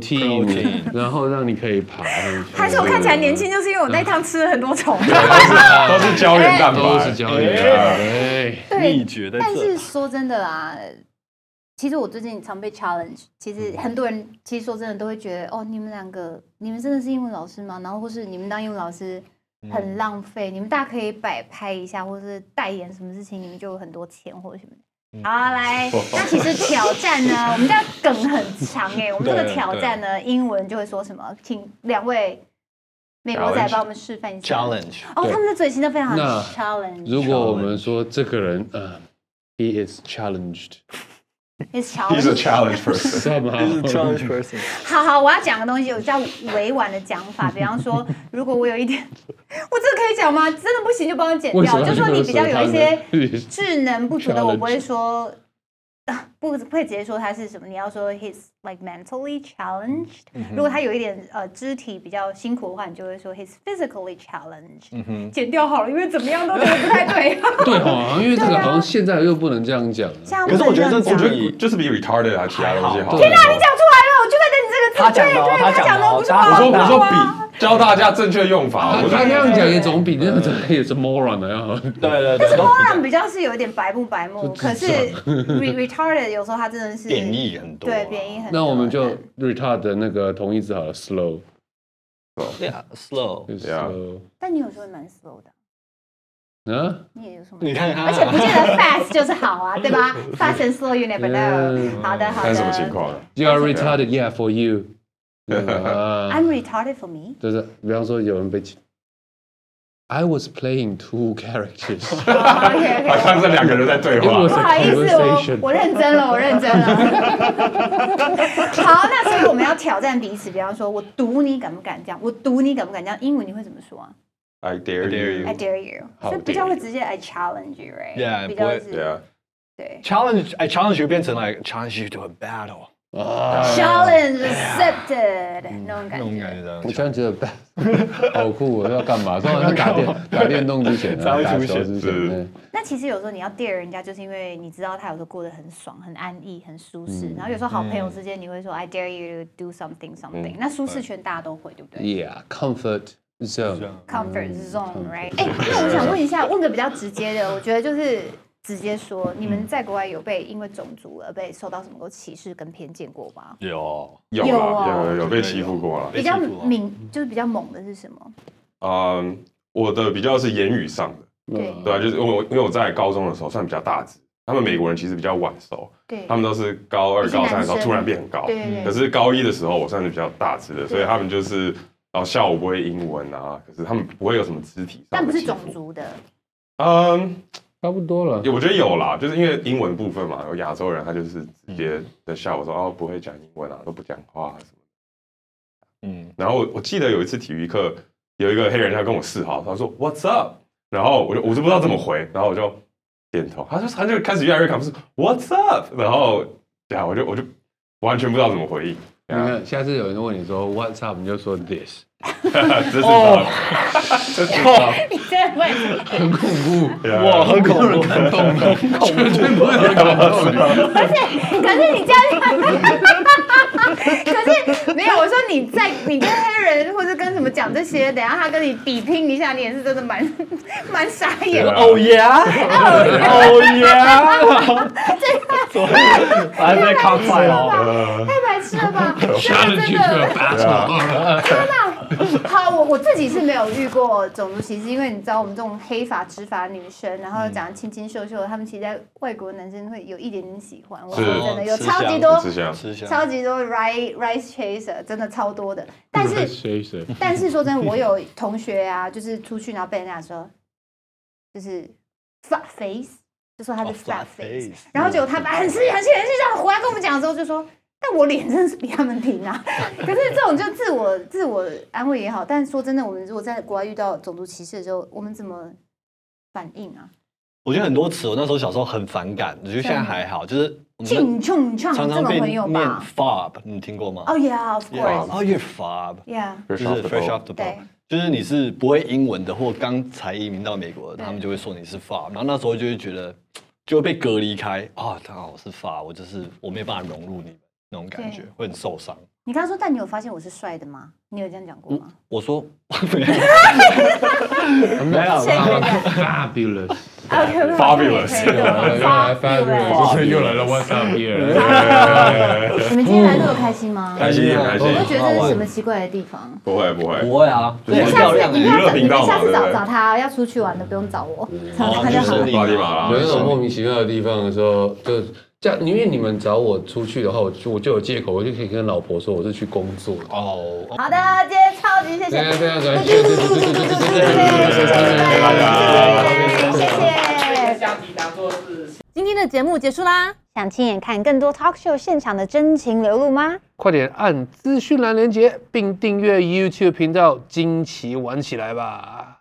[SPEAKER 2] protein，
[SPEAKER 6] Protein
[SPEAKER 2] 然后让你可以爬上去。
[SPEAKER 4] 还是我看起来年轻，就是因为我那一趟吃了很多 虫。
[SPEAKER 5] 都是胶原蛋白，
[SPEAKER 2] 都是胶原蛋白。
[SPEAKER 4] 对
[SPEAKER 6] 秘，诀在
[SPEAKER 4] 但是
[SPEAKER 6] 这。
[SPEAKER 4] 说真的啦，其实我最近常被 challenge，其
[SPEAKER 6] 嗯
[SPEAKER 4] 实很多人其实说真的都会觉得，哦，你们两个，你们真的是英文老师吗？然后或是你们当英文老师
[SPEAKER 6] 嗯
[SPEAKER 4] 很浪费，你们大家可以摆拍一下，或是代言什么事情，你们就有很多钱或者什么的。
[SPEAKER 6] 嗯
[SPEAKER 4] 好、啊，来，那其实挑战呢，我们这个梗很长哎、我们这个
[SPEAKER 6] 对
[SPEAKER 4] 挑战呢，英文就会说什么？请两位美国仔
[SPEAKER 5] Challenge
[SPEAKER 4] 帮我们示范一下。
[SPEAKER 6] challenge
[SPEAKER 4] 哦，他们的嘴型都非常
[SPEAKER 2] 那
[SPEAKER 4] challenge，
[SPEAKER 2] 如果我们说这个人啊，he is challenged，
[SPEAKER 4] is
[SPEAKER 5] ，He's a
[SPEAKER 4] challenge。
[SPEAKER 5] challenge person。
[SPEAKER 2] 知道
[SPEAKER 6] 哦
[SPEAKER 2] 吗？
[SPEAKER 6] person，
[SPEAKER 4] 好好，我要讲个东西，有叫委婉的讲法，比方说，如果我有一点， 我这个可以讲吗？真的不行就帮我剪
[SPEAKER 2] 为什
[SPEAKER 4] 掉，
[SPEAKER 2] 么
[SPEAKER 4] 就说你比较有一些
[SPEAKER 2] 些
[SPEAKER 4] 智能不足的，我
[SPEAKER 2] Challenge
[SPEAKER 4] 不会说，啊不不会直接说他是什么，你要说 he's like mentally challenged。如果他有一点呃肢体比较辛苦的话，你就会说 he's physically challenged。剪掉好了，因为怎么样都觉得不太对。啊
[SPEAKER 2] 对哦，因为这个好像现在又不能这样讲了。
[SPEAKER 4] 像
[SPEAKER 6] 可是我觉得这
[SPEAKER 4] 这
[SPEAKER 5] 我
[SPEAKER 4] 样
[SPEAKER 5] 觉
[SPEAKER 4] 讲
[SPEAKER 5] 得就是比 retarded 还其他东西好。
[SPEAKER 2] 天哪
[SPEAKER 4] 你讲出来了，我就在等你这个
[SPEAKER 1] 他
[SPEAKER 4] 字。
[SPEAKER 1] 讲
[SPEAKER 4] 对
[SPEAKER 1] 的哦
[SPEAKER 4] 对，
[SPEAKER 1] 他
[SPEAKER 4] 他讲
[SPEAKER 1] 讲的
[SPEAKER 4] 的，
[SPEAKER 1] 哦
[SPEAKER 4] 我不知道啊。
[SPEAKER 5] 我说
[SPEAKER 4] 我不知
[SPEAKER 5] 我
[SPEAKER 4] 道
[SPEAKER 5] 说
[SPEAKER 4] 啊
[SPEAKER 5] 比教大家正确用法，
[SPEAKER 2] 他
[SPEAKER 5] 我
[SPEAKER 2] 他那
[SPEAKER 5] 说
[SPEAKER 2] 样讲也总比那样讲也是 moron 的要好。
[SPEAKER 1] 对对对，都
[SPEAKER 4] 波浪比较是有一点白目白目，可是 re retarded 有时候他真的是
[SPEAKER 6] 贬，义很多啊。
[SPEAKER 4] 对贬义很多。
[SPEAKER 2] 那我们就 retard 的那个同义词好了，slow，
[SPEAKER 6] 对啊，slow。
[SPEAKER 2] 就是
[SPEAKER 5] 对啊
[SPEAKER 2] slow
[SPEAKER 4] 但你有时候也蛮 slow 的，
[SPEAKER 2] 啊，
[SPEAKER 4] 你也有什么？
[SPEAKER 6] 你看他，
[SPEAKER 4] 而且不见得 fast 就是好啊，对 吧？Fast and slow you never know。
[SPEAKER 2] 嗯
[SPEAKER 4] 好的好
[SPEAKER 5] 看什么情
[SPEAKER 4] 的。
[SPEAKER 5] 况啊？
[SPEAKER 2] You are retarded, yeah, for you 啊。
[SPEAKER 4] I'm retarded for me。
[SPEAKER 2] 就是比方说有人被请，I was playing two characters，
[SPEAKER 4] OK
[SPEAKER 5] 好
[SPEAKER 4] OK。
[SPEAKER 5] 像是两个人在对
[SPEAKER 2] 因为
[SPEAKER 5] 话
[SPEAKER 2] 我。
[SPEAKER 4] 不好意思，我
[SPEAKER 2] Conversation
[SPEAKER 4] 我认真 了，我认真了。 好，那所以我们要挑战彼此，比方说，我赌你敢不敢这样，我赌你敢不敢这样。英文你会怎么说啊
[SPEAKER 5] I dare
[SPEAKER 6] dare
[SPEAKER 5] you
[SPEAKER 6] you。
[SPEAKER 4] ？I dare you，
[SPEAKER 2] 好
[SPEAKER 4] 所以比较
[SPEAKER 2] dare
[SPEAKER 4] 会
[SPEAKER 2] you
[SPEAKER 4] 直接 I challenge you，right？
[SPEAKER 6] Yeah，
[SPEAKER 4] 比
[SPEAKER 6] 不
[SPEAKER 4] 较
[SPEAKER 6] 会
[SPEAKER 4] 是
[SPEAKER 5] 对啊，
[SPEAKER 4] 对。
[SPEAKER 6] challenge，哎，challenge 就变成 like challenge you to a battle
[SPEAKER 2] 啊，
[SPEAKER 4] Challenge accepted 那种
[SPEAKER 6] 那
[SPEAKER 4] 感
[SPEAKER 6] 种
[SPEAKER 4] 觉。
[SPEAKER 6] 感觉的。
[SPEAKER 2] 我突然觉得好酷，我要干嘛？通常是打电打电动之前啊，
[SPEAKER 6] 才会
[SPEAKER 2] 打
[SPEAKER 6] 出
[SPEAKER 2] 球
[SPEAKER 6] 现
[SPEAKER 2] 之
[SPEAKER 5] 是
[SPEAKER 2] 前，
[SPEAKER 4] 那其实有时候你要 dare 人家，就是因为你知道他有时候过得很爽、很安逸、很舒适。然后有时候好朋友之间，你会说 I dare you to do something something。那舒适圈大家都会，对不对
[SPEAKER 2] ，Yeah，comfort zone，
[SPEAKER 4] ？Comfort zone，right？哎，那我想问一下，问个比较直接的，我觉得就是直接说，你们在国外有被因为种族而被受到什么歧视跟偏见过吗？
[SPEAKER 6] 有
[SPEAKER 5] 有
[SPEAKER 4] 有啊
[SPEAKER 5] 啦，有有有被欺负过了。
[SPEAKER 4] 比较
[SPEAKER 6] 被欺负啊
[SPEAKER 4] 敏，就是比较猛的是什么？
[SPEAKER 5] 嗯，我的比较是言语上的，
[SPEAKER 4] 对
[SPEAKER 5] 对啊，就是因为我因为我在高中的时候算比较大只，他们美国人其实比较晚熟，
[SPEAKER 4] 对
[SPEAKER 5] 他们都是高二、
[SPEAKER 4] 你是男
[SPEAKER 5] 高三的时候
[SPEAKER 4] 生
[SPEAKER 5] 突然变很高，
[SPEAKER 4] 对对
[SPEAKER 5] 嗯可
[SPEAKER 4] 对，
[SPEAKER 5] 是高一的时候我算是比较大只的，所以他们就是然后下午不会英文啊，可是他们不会有什么肢体
[SPEAKER 4] 但
[SPEAKER 5] 上
[SPEAKER 4] 不
[SPEAKER 5] 的
[SPEAKER 4] 是
[SPEAKER 5] 欺负，
[SPEAKER 4] 种族的，
[SPEAKER 5] 嗯，
[SPEAKER 2] 差不多了。
[SPEAKER 5] 我觉得有啦，就是因为英文部分嘛，有亚洲人他就是直接在笑我说哦不会讲英文啊，都不讲话、啊、什么。
[SPEAKER 6] 嗯，
[SPEAKER 5] 然后我我记得有一次体育课，有一个黑人他跟我示好，他说 What's up？然后我就我就不知道怎么回，然后我就点头，他就他就开始越来越 c o n 是 What's up？然后对啊，我就我就完全不知道怎么回应，啊
[SPEAKER 2] 有没有？下次有人问你说 What's up，你就说 This，
[SPEAKER 5] 这是哦，这是
[SPEAKER 4] 你真的会
[SPEAKER 2] 很恐怖，
[SPEAKER 5] 啊
[SPEAKER 6] 哇，很恐
[SPEAKER 2] 没有人
[SPEAKER 6] 怖，
[SPEAKER 2] 敢动的，绝对不会有人敢动的。
[SPEAKER 4] 可是你这样，可是没有。我说你在你跟黑人或者跟什么讲这些，等一下他跟你比拼一下，你也是真的蛮 蛮傻眼
[SPEAKER 5] 啊
[SPEAKER 4] 的。
[SPEAKER 6] 哦耶，哦耶，这还在卡快哦，
[SPEAKER 5] 呃
[SPEAKER 4] 太白痴了吧！
[SPEAKER 2] 杀
[SPEAKER 4] 真
[SPEAKER 2] 人去
[SPEAKER 4] 的真
[SPEAKER 2] 这
[SPEAKER 4] 的
[SPEAKER 2] 打手，
[SPEAKER 4] 好，我我自己是没有遇过种族歧视，因为你知道我们这种黑发直发女生，然后长得清清秀秀的，他们其实在外国男生会有一点点喜欢。我说
[SPEAKER 5] 是
[SPEAKER 4] 真的，有
[SPEAKER 6] 吃
[SPEAKER 4] 超级
[SPEAKER 6] 香
[SPEAKER 4] 多
[SPEAKER 5] 是这样，
[SPEAKER 6] 吃香，
[SPEAKER 4] 超级多 rice rice chaser，真的超多 的。但是
[SPEAKER 2] 谁谁
[SPEAKER 4] 但是说真的，我有同学啊，就是出去然后被人家说，就是 flat face，就说他
[SPEAKER 6] 哦
[SPEAKER 4] 是 flat face，、然
[SPEAKER 6] 嗯
[SPEAKER 4] 后结果他把很气很气很气这样回来跟我们讲的时候，就说，但我脸真的是比他们平啊。 可是这种就自我自我安慰也好，但说真的，我们如果在国外遇到种族歧视的时候，我们怎么反应啊？
[SPEAKER 6] 我觉得很多词，我那时候小时候很反感，我觉得现在还好，就是我们
[SPEAKER 4] 进冲冲
[SPEAKER 6] 常
[SPEAKER 4] 这种
[SPEAKER 6] 常被
[SPEAKER 4] 朋
[SPEAKER 6] 念
[SPEAKER 4] 友吧。
[SPEAKER 6] fob，你听过吗？
[SPEAKER 4] 哦、y e a h of course，yeah，、
[SPEAKER 6] 哦，you're fob，就是 fresh off the
[SPEAKER 4] 对
[SPEAKER 6] boat，就是你是不会英文的或刚才移民到美国的，他们就会说你是法，然后那时候就会觉得就会被隔离开啊，他好我是法，我就是我没有办法融入你们那种感觉
[SPEAKER 4] 对，
[SPEAKER 6] 会很受伤。
[SPEAKER 4] 你刚刚说，但你有发现我是帅的吗？你有这样讲过吗？
[SPEAKER 6] 我说没有，
[SPEAKER 2] 没有
[SPEAKER 4] 谁会这样
[SPEAKER 2] fabulous，
[SPEAKER 5] Fabulous
[SPEAKER 2] 又来 fabulous，所以又来了 What's up here？
[SPEAKER 4] 你们今天来录的开心吗？
[SPEAKER 5] 开心开心
[SPEAKER 4] 我，会觉得这是什
[SPEAKER 6] 很好
[SPEAKER 4] 么
[SPEAKER 6] 玩
[SPEAKER 4] 奇怪的地方？
[SPEAKER 5] 不会不会，
[SPEAKER 6] 不会啊，
[SPEAKER 5] 就是
[SPEAKER 6] 很
[SPEAKER 5] 下次
[SPEAKER 6] 漂亮
[SPEAKER 4] 你
[SPEAKER 5] 娱
[SPEAKER 4] 不
[SPEAKER 6] 的，
[SPEAKER 4] 要
[SPEAKER 5] 乐
[SPEAKER 4] 找，
[SPEAKER 5] 频
[SPEAKER 4] 你
[SPEAKER 5] 道嘛
[SPEAKER 4] 下次
[SPEAKER 5] 对
[SPEAKER 4] 找
[SPEAKER 5] 不对
[SPEAKER 4] 找他，要出去玩的不用找我，找他就
[SPEAKER 6] 哦就
[SPEAKER 4] 好
[SPEAKER 6] 是
[SPEAKER 4] 了。
[SPEAKER 5] 巴黎马
[SPEAKER 9] 有
[SPEAKER 5] 拉
[SPEAKER 9] 那种莫名其妙的地方的时候，就这样，因为你们找我出去的话，我就我就有借口，我就可以跟老婆说我是去工作。
[SPEAKER 6] 哦，
[SPEAKER 4] 好的，今天超级谢
[SPEAKER 9] 对
[SPEAKER 4] 谢
[SPEAKER 9] 啊，对啊，对啊，对对对对对对对对。
[SPEAKER 4] 谢谢。
[SPEAKER 8] 下集当做是
[SPEAKER 1] 今天的节目结束啦。
[SPEAKER 3] 想亲眼看更多 talk show 现场的真情流露吗？
[SPEAKER 2] 快点按资讯栏连接，并订阅 YouTube 频道，惊奇玩起来吧！